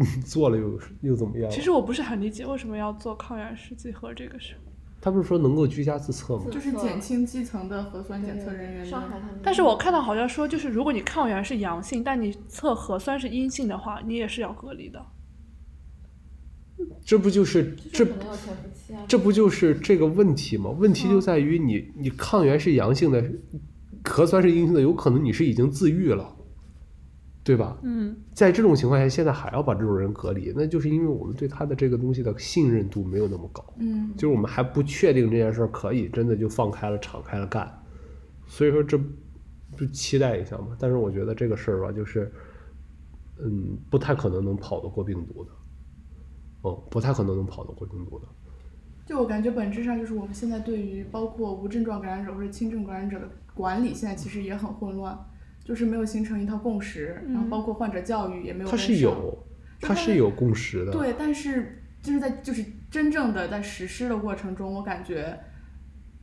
C: 嗯做了又又怎么样？
D: 其实我不是很理解为什么要做抗原试剂盒这个事，
C: 他不是说能够居家自测吗？
A: 就是减轻基层的核酸检测人员
E: 上海
A: 的。
E: 他们，
D: 但是我看到好像说，就是如果你抗原是阳性，但你测核酸是阴性的话，你也是要隔离的。
C: 这不就是
E: 这
C: 这
E: 可能有潜伏期啊，
C: 这不就是这个问题吗？问题就在于你你抗原是阳性的，核酸是阴性的，有可能你是已经自愈了，对吧？
D: 嗯，
C: 在这种情况下，现在还要把这种人隔离，那就是因为我们对他的这个东西的信任度没有那么高，
A: 嗯，
C: 就是我们还不确定这件事儿可以真的就放开了、敞开了干，所以说这就期待一下嘛。但是我觉得这个事儿吧，就是嗯，不太可能能跑得过病毒的，哦，不太可能能跑得过病毒的。
A: 就我感觉本质上就是我们现在对于包括无症状感染者或者轻症感染者的管理，现在其实也很混乱，就是没有形成一套共识，然后包括患者教育也没有
C: 它
A: 跟
C: 是
A: 上
C: 有，
A: 就
C: 它
A: 它
C: 是有共识的。
A: 对，但是就是在就是真正的在实施的过程中，我感觉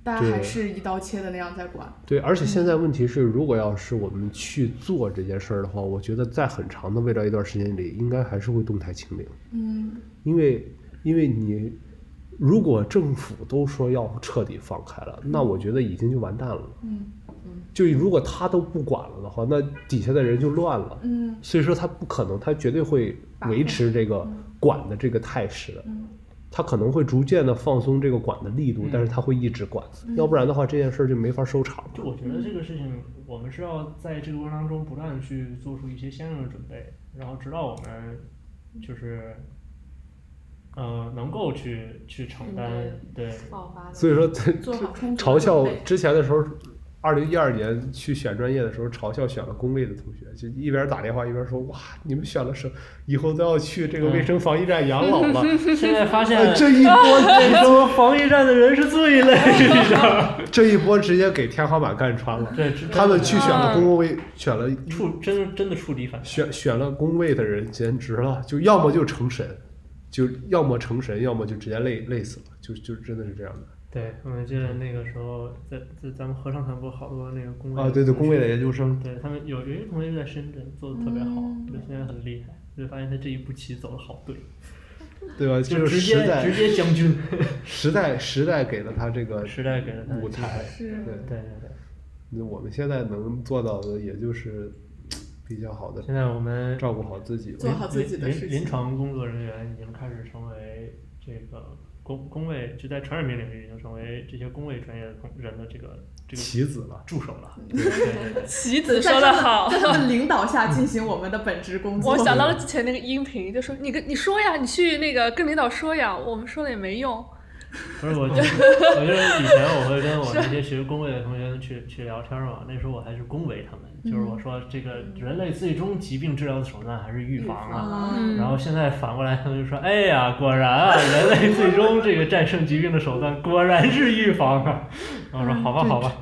A: 大家
C: 对
A: 还是一刀切的那样在管。
C: 对，而且
A: 嗯
C: 现在问题是，如果要是我们去做这件事儿的话，我觉得在很长的未来一段时间里，应该还是会动态清零，
A: 嗯
C: 因为因为你如果政府都说要彻底放开了，那我觉得已经就完蛋了。
A: 嗯
C: 就如果他都不管了的话，那底下的人就乱了。
A: 嗯
C: 所以说他不可能，他绝对会维持这个管的这个态势的。他可能会逐渐的放松这个管的力度，但是他会一直管，要不然的话这件事儿就没法收场。
F: 就我觉得这个事情，我们是要在这个过程当中不断地去做出一些相应的准备，然后直到我们就是呃能够去去承担对
E: 爆发的。
C: 所以说，
A: 做好充足的
C: 嘲笑
A: 准备
C: 之前的时候，二零一二年去选专业的时候，嘲笑选了工卫的同学，就一边打电话一边说：“哇，你们选了什？以后都要去这个卫生防疫站养老了。
F: 现在 发现
C: 呃这一波，
F: 卫生防疫站的人是最累的，
C: 这一波直接给天花板干穿了。
F: 对，真的
C: 他们去选了公共卫，选了
F: 触真真的触底反弹。
C: 选选了工位的人简直了，就要么就成神，就要么成神，要么就直接累累死了，就就真的是这样的
F: 对，我们记得那个时候，在在咱们合唱团不是好多那个工位
C: 啊！对对，工位的
F: 同学
C: 研究生，
F: 对他们有有一些同学在深圳做的特别好，对，现在很厉害，就发现他这一步棋走的好对，
C: 对吧？
F: 就
C: 就
F: 直
C: 是时
F: 接直
C: 代
F: 接将军，
C: 时代时代给了他这个
F: 时代给了他
C: 舞台，
A: 是
C: 对，
F: 对对对，
C: 那我们现在能做到的也就是，比较好的
H: 现在我们
C: 照顾好自己吧。
A: 做好自己的
H: 临
A: 事
H: 临临
A: 情
H: 床工作人员已经开始成为这个工工位，就在传染病领域已经成为这些工位专业的工人的这个这 个
C: 棋子了，
H: 助手了。
A: 嗯
H: 对对对，
D: 棋子说的 好，
A: 在他们领导下进行我们的本职工作。
D: 我想到了之前那个音频，就说你跟你说呀，你去那个跟领导说呀，我们说了也没用。
H: 不是我，我 就是以前我会跟我那些学工位的同学去去聊天嘛，那时候我还是恭维他们，就是
A: 嗯
H: 我说这个人类最终疾病治疗的手段还是预防啊。
A: 啊，
D: 嗯
H: 然后现在反过来，他们就说：“哎呀，果然啊，人类最终这个战胜疾病的手段果然是预防啊。”然后我说：“
D: 嗯
H: 好吧，好吧。”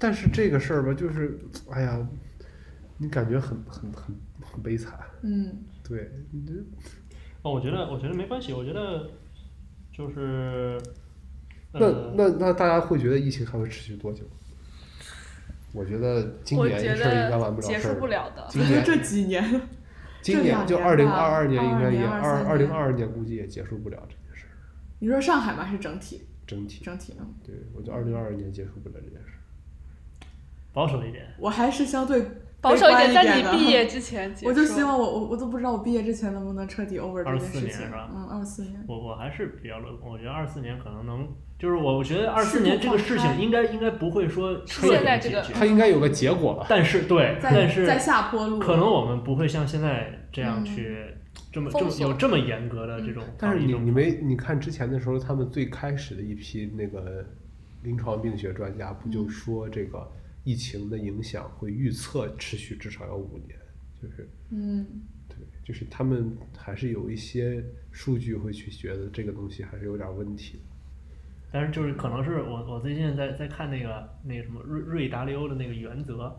C: 但是这个事儿吧，就是哎呀，你感觉很很很很悲惨。
A: 嗯，
C: 对，你这
B: 哦，我觉得我觉得没关系，我觉得就是
C: 那
B: 呃，
C: 那那大家会觉得疫情还会持续多久？我觉得今
D: 我
C: 年
D: 觉
C: 这事儿应该完
D: 得
C: 了
D: 结
C: 事
D: 束
C: 儿
D: 不。了的。
C: 今
A: 我觉得
C: 年
A: 这几年，
C: 今年就二
A: 这
C: 零
A: 两
C: 二二年
A: 年吧
C: 应该也二
A: 22
C: 二零
A: 年
C: 二二年估计也结束不了这件事儿，
A: 你说上海吧，是整体
C: 整体。
A: 整体，嗯
C: 对，我觉得二零二二年结束不了这件事儿。
B: 保守一点，
A: 我还是相对
D: 保守一点，
A: 悲观
D: 在你
A: 的
D: 毕业之前结束。
A: 我就希望我我我都不知道我毕业之前能不能彻底 over 这件
B: 24
A: 事
B: 年
A: 情
B: 是吧。
A: 嗯，二四年。
B: 我我还是比较乐观，我觉得二四年可能能，就是我我觉得二四
A: 适
B: 年
A: 度
B: 这个
A: 放
B: 事
A: 开
B: 情应该应该不会说彻底
D: 现在
B: 解
D: 这
B: 决
D: 个，
C: 它应该有个结果
D: 嗯
C: 吧？
B: 但是对，但
A: 在
B: 是
A: 在下坡路，
B: 可能我们不会像现在这样去这么、这
D: 嗯封
B: 么
D: 锁嗯
B: 有这么严格的这种
C: 但
B: 防
C: 是
B: 疫
C: 啊你
B: 政策。
C: 你没你看之前的时候，他们最开始的一批那个临床病学专家不
D: 嗯
C: 就说这个疫情的影响会预测持续至少要五年，就是
A: 嗯，
C: 对，就是他们还是有一些数据会去觉得这个东西还是有点问题的。
B: 但是就是可能是我我最近在在看那个那个什么瑞瑞达利欧的那个原则，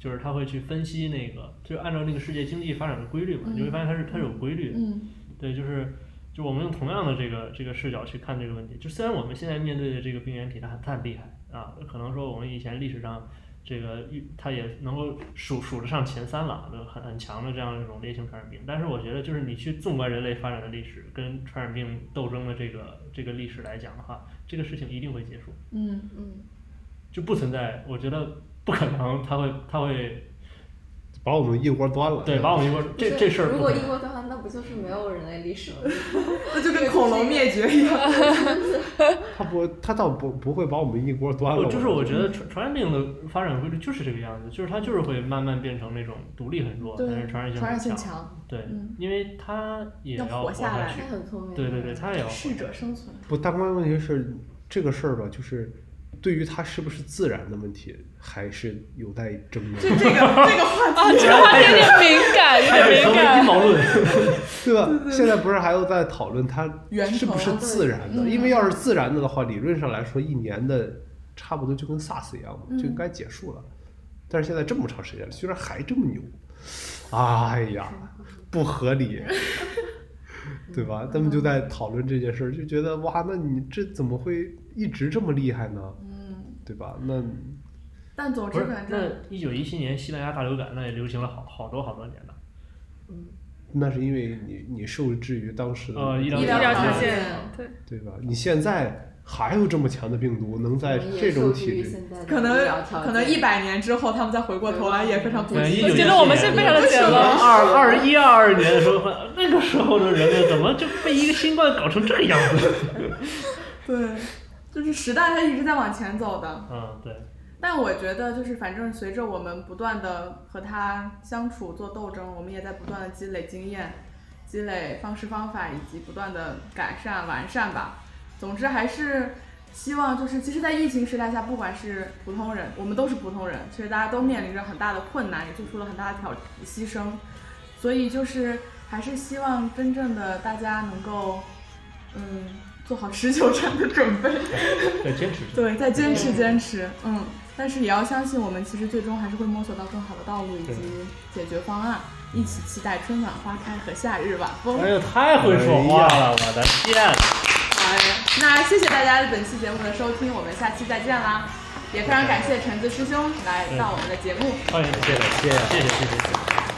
B: 就是他会去分析那个，就是按照那个世界经济发展的规律嘛，你会发现它是它是有规律的。
A: 嗯
B: 对，就是就我们用同样的这个这个视角去看这个问题。就虽然我们现在面对的这个病原体它很它很厉害啊，可能说我们以前历史上这个预它也能够数数得上前三了，就很很强的这样一种类型传染病。但是我觉得就是你去纵观人类发展的历史跟传染病斗争的这个这个历史来讲的话，这个事情一定会结束，
A: 嗯，
D: 嗯，
B: 就不存在，我觉得不可能它会它会
C: 把我们一锅端了，
B: 对把我们一块这这事儿
E: 如
B: 不
E: 果
B: 可
E: 一
B: 能。
E: 锅端了，那不就是没有人类历史了？
A: 那就跟恐龙灭绝一样。
C: 他不，他倒不不会把我们一锅端了。
B: 不就是我觉得传传染病的发展规律就是这个样子，就是它就是会慢慢变成那种独立很弱，但
A: 对，
B: 是传染性
A: 传染性
B: 很。
A: 强，
B: 对
A: 嗯，
B: 因为它也
A: 要活
B: 活
A: 下来
B: 去
E: 他。很聪明。
B: 对对对，它也要活
A: 适
B: 下
A: 者生存。
C: 不，但关键问题是这个事儿吧，就是对于它是不是自然的问题，还是有待争
A: 这
C: 论，
A: 这个这个 话
D: 啊，
A: 题
D: 这个话题有点敏 感，
B: 来。
D: 有
B: 开始
D: 点
B: 成为
D: 敏
B: 阴
D: 感。
B: 谋论，
C: 对吧？现在不是还有在讨论它
A: 源头
C: 是不是自然
E: 嗯
C: 的？
A: 对
C: 因为要是自然的的话，理论上来说，一年的差不多就跟 SARS 一样嘛，
E: 嗯
C: 就应该结束了。但是现在这么长时间了，居然还这么牛，哎呀，不合 理。对吧？他们就在讨论这件事儿，就觉得哇，那你这怎么会一直这么厉害呢？
A: 嗯，
C: 对吧？那
A: 但总
B: 不
A: 之
B: 是
A: 反？正
B: 那一九一七年西班牙大流感，那也流行了好好多好多年了。
C: 那是因为你你受制于当时的
B: 呃，医疗
D: 医
A: 疗
D: 疗
A: 条
D: 条
A: 件
D: 件，
C: 对吧？你现在还有这么强的病毒能在
E: 我们也
C: 这
E: 受
C: 种
E: 制
C: 体
E: 于
C: 制，
E: 现在的
A: 可
E: 医疗
A: 能
E: 条件
A: 可能一百年之后，他们再回过头来也非常不
E: 对
A: 幸。
B: 一
D: 我
B: 九
D: 觉得我们是非常的简陋。
B: 二二一二二年的时候，那个时候的人们怎么就被一个新冠搞成这个样子？
A: 对，就是时代它一直在往前走的。
B: 嗯，对，
A: 但我觉得就是，反正随着我们不断的和他相处做斗争，我们也在不断的积累经验、积累方式方法，以及不断的改善完善吧。总之还是希望就是，其实，在疫情时代下，不管是普通人，我们都是普通人，其实大家都面临着很大的困难，也做出了很大的挑牺牲。所以就是还是希望真正的大家能够，嗯，做好持久战的准备。
B: 对，坚持着。
A: 对，再坚持坚持，嗯，但是也要相信，我们其实最终还是会摸索到更好的道路以及解决方案，一起期待春暖花开和夏日晚风。
B: 哎呦，太会说话了，我的天！
A: 好嘞，那谢谢大家本期节目的收听，我们下期再见啦！也非常感谢橙子师兄来到我们的节目。
B: 啊欢迎，谢谢，谢谢，谢谢，谢谢。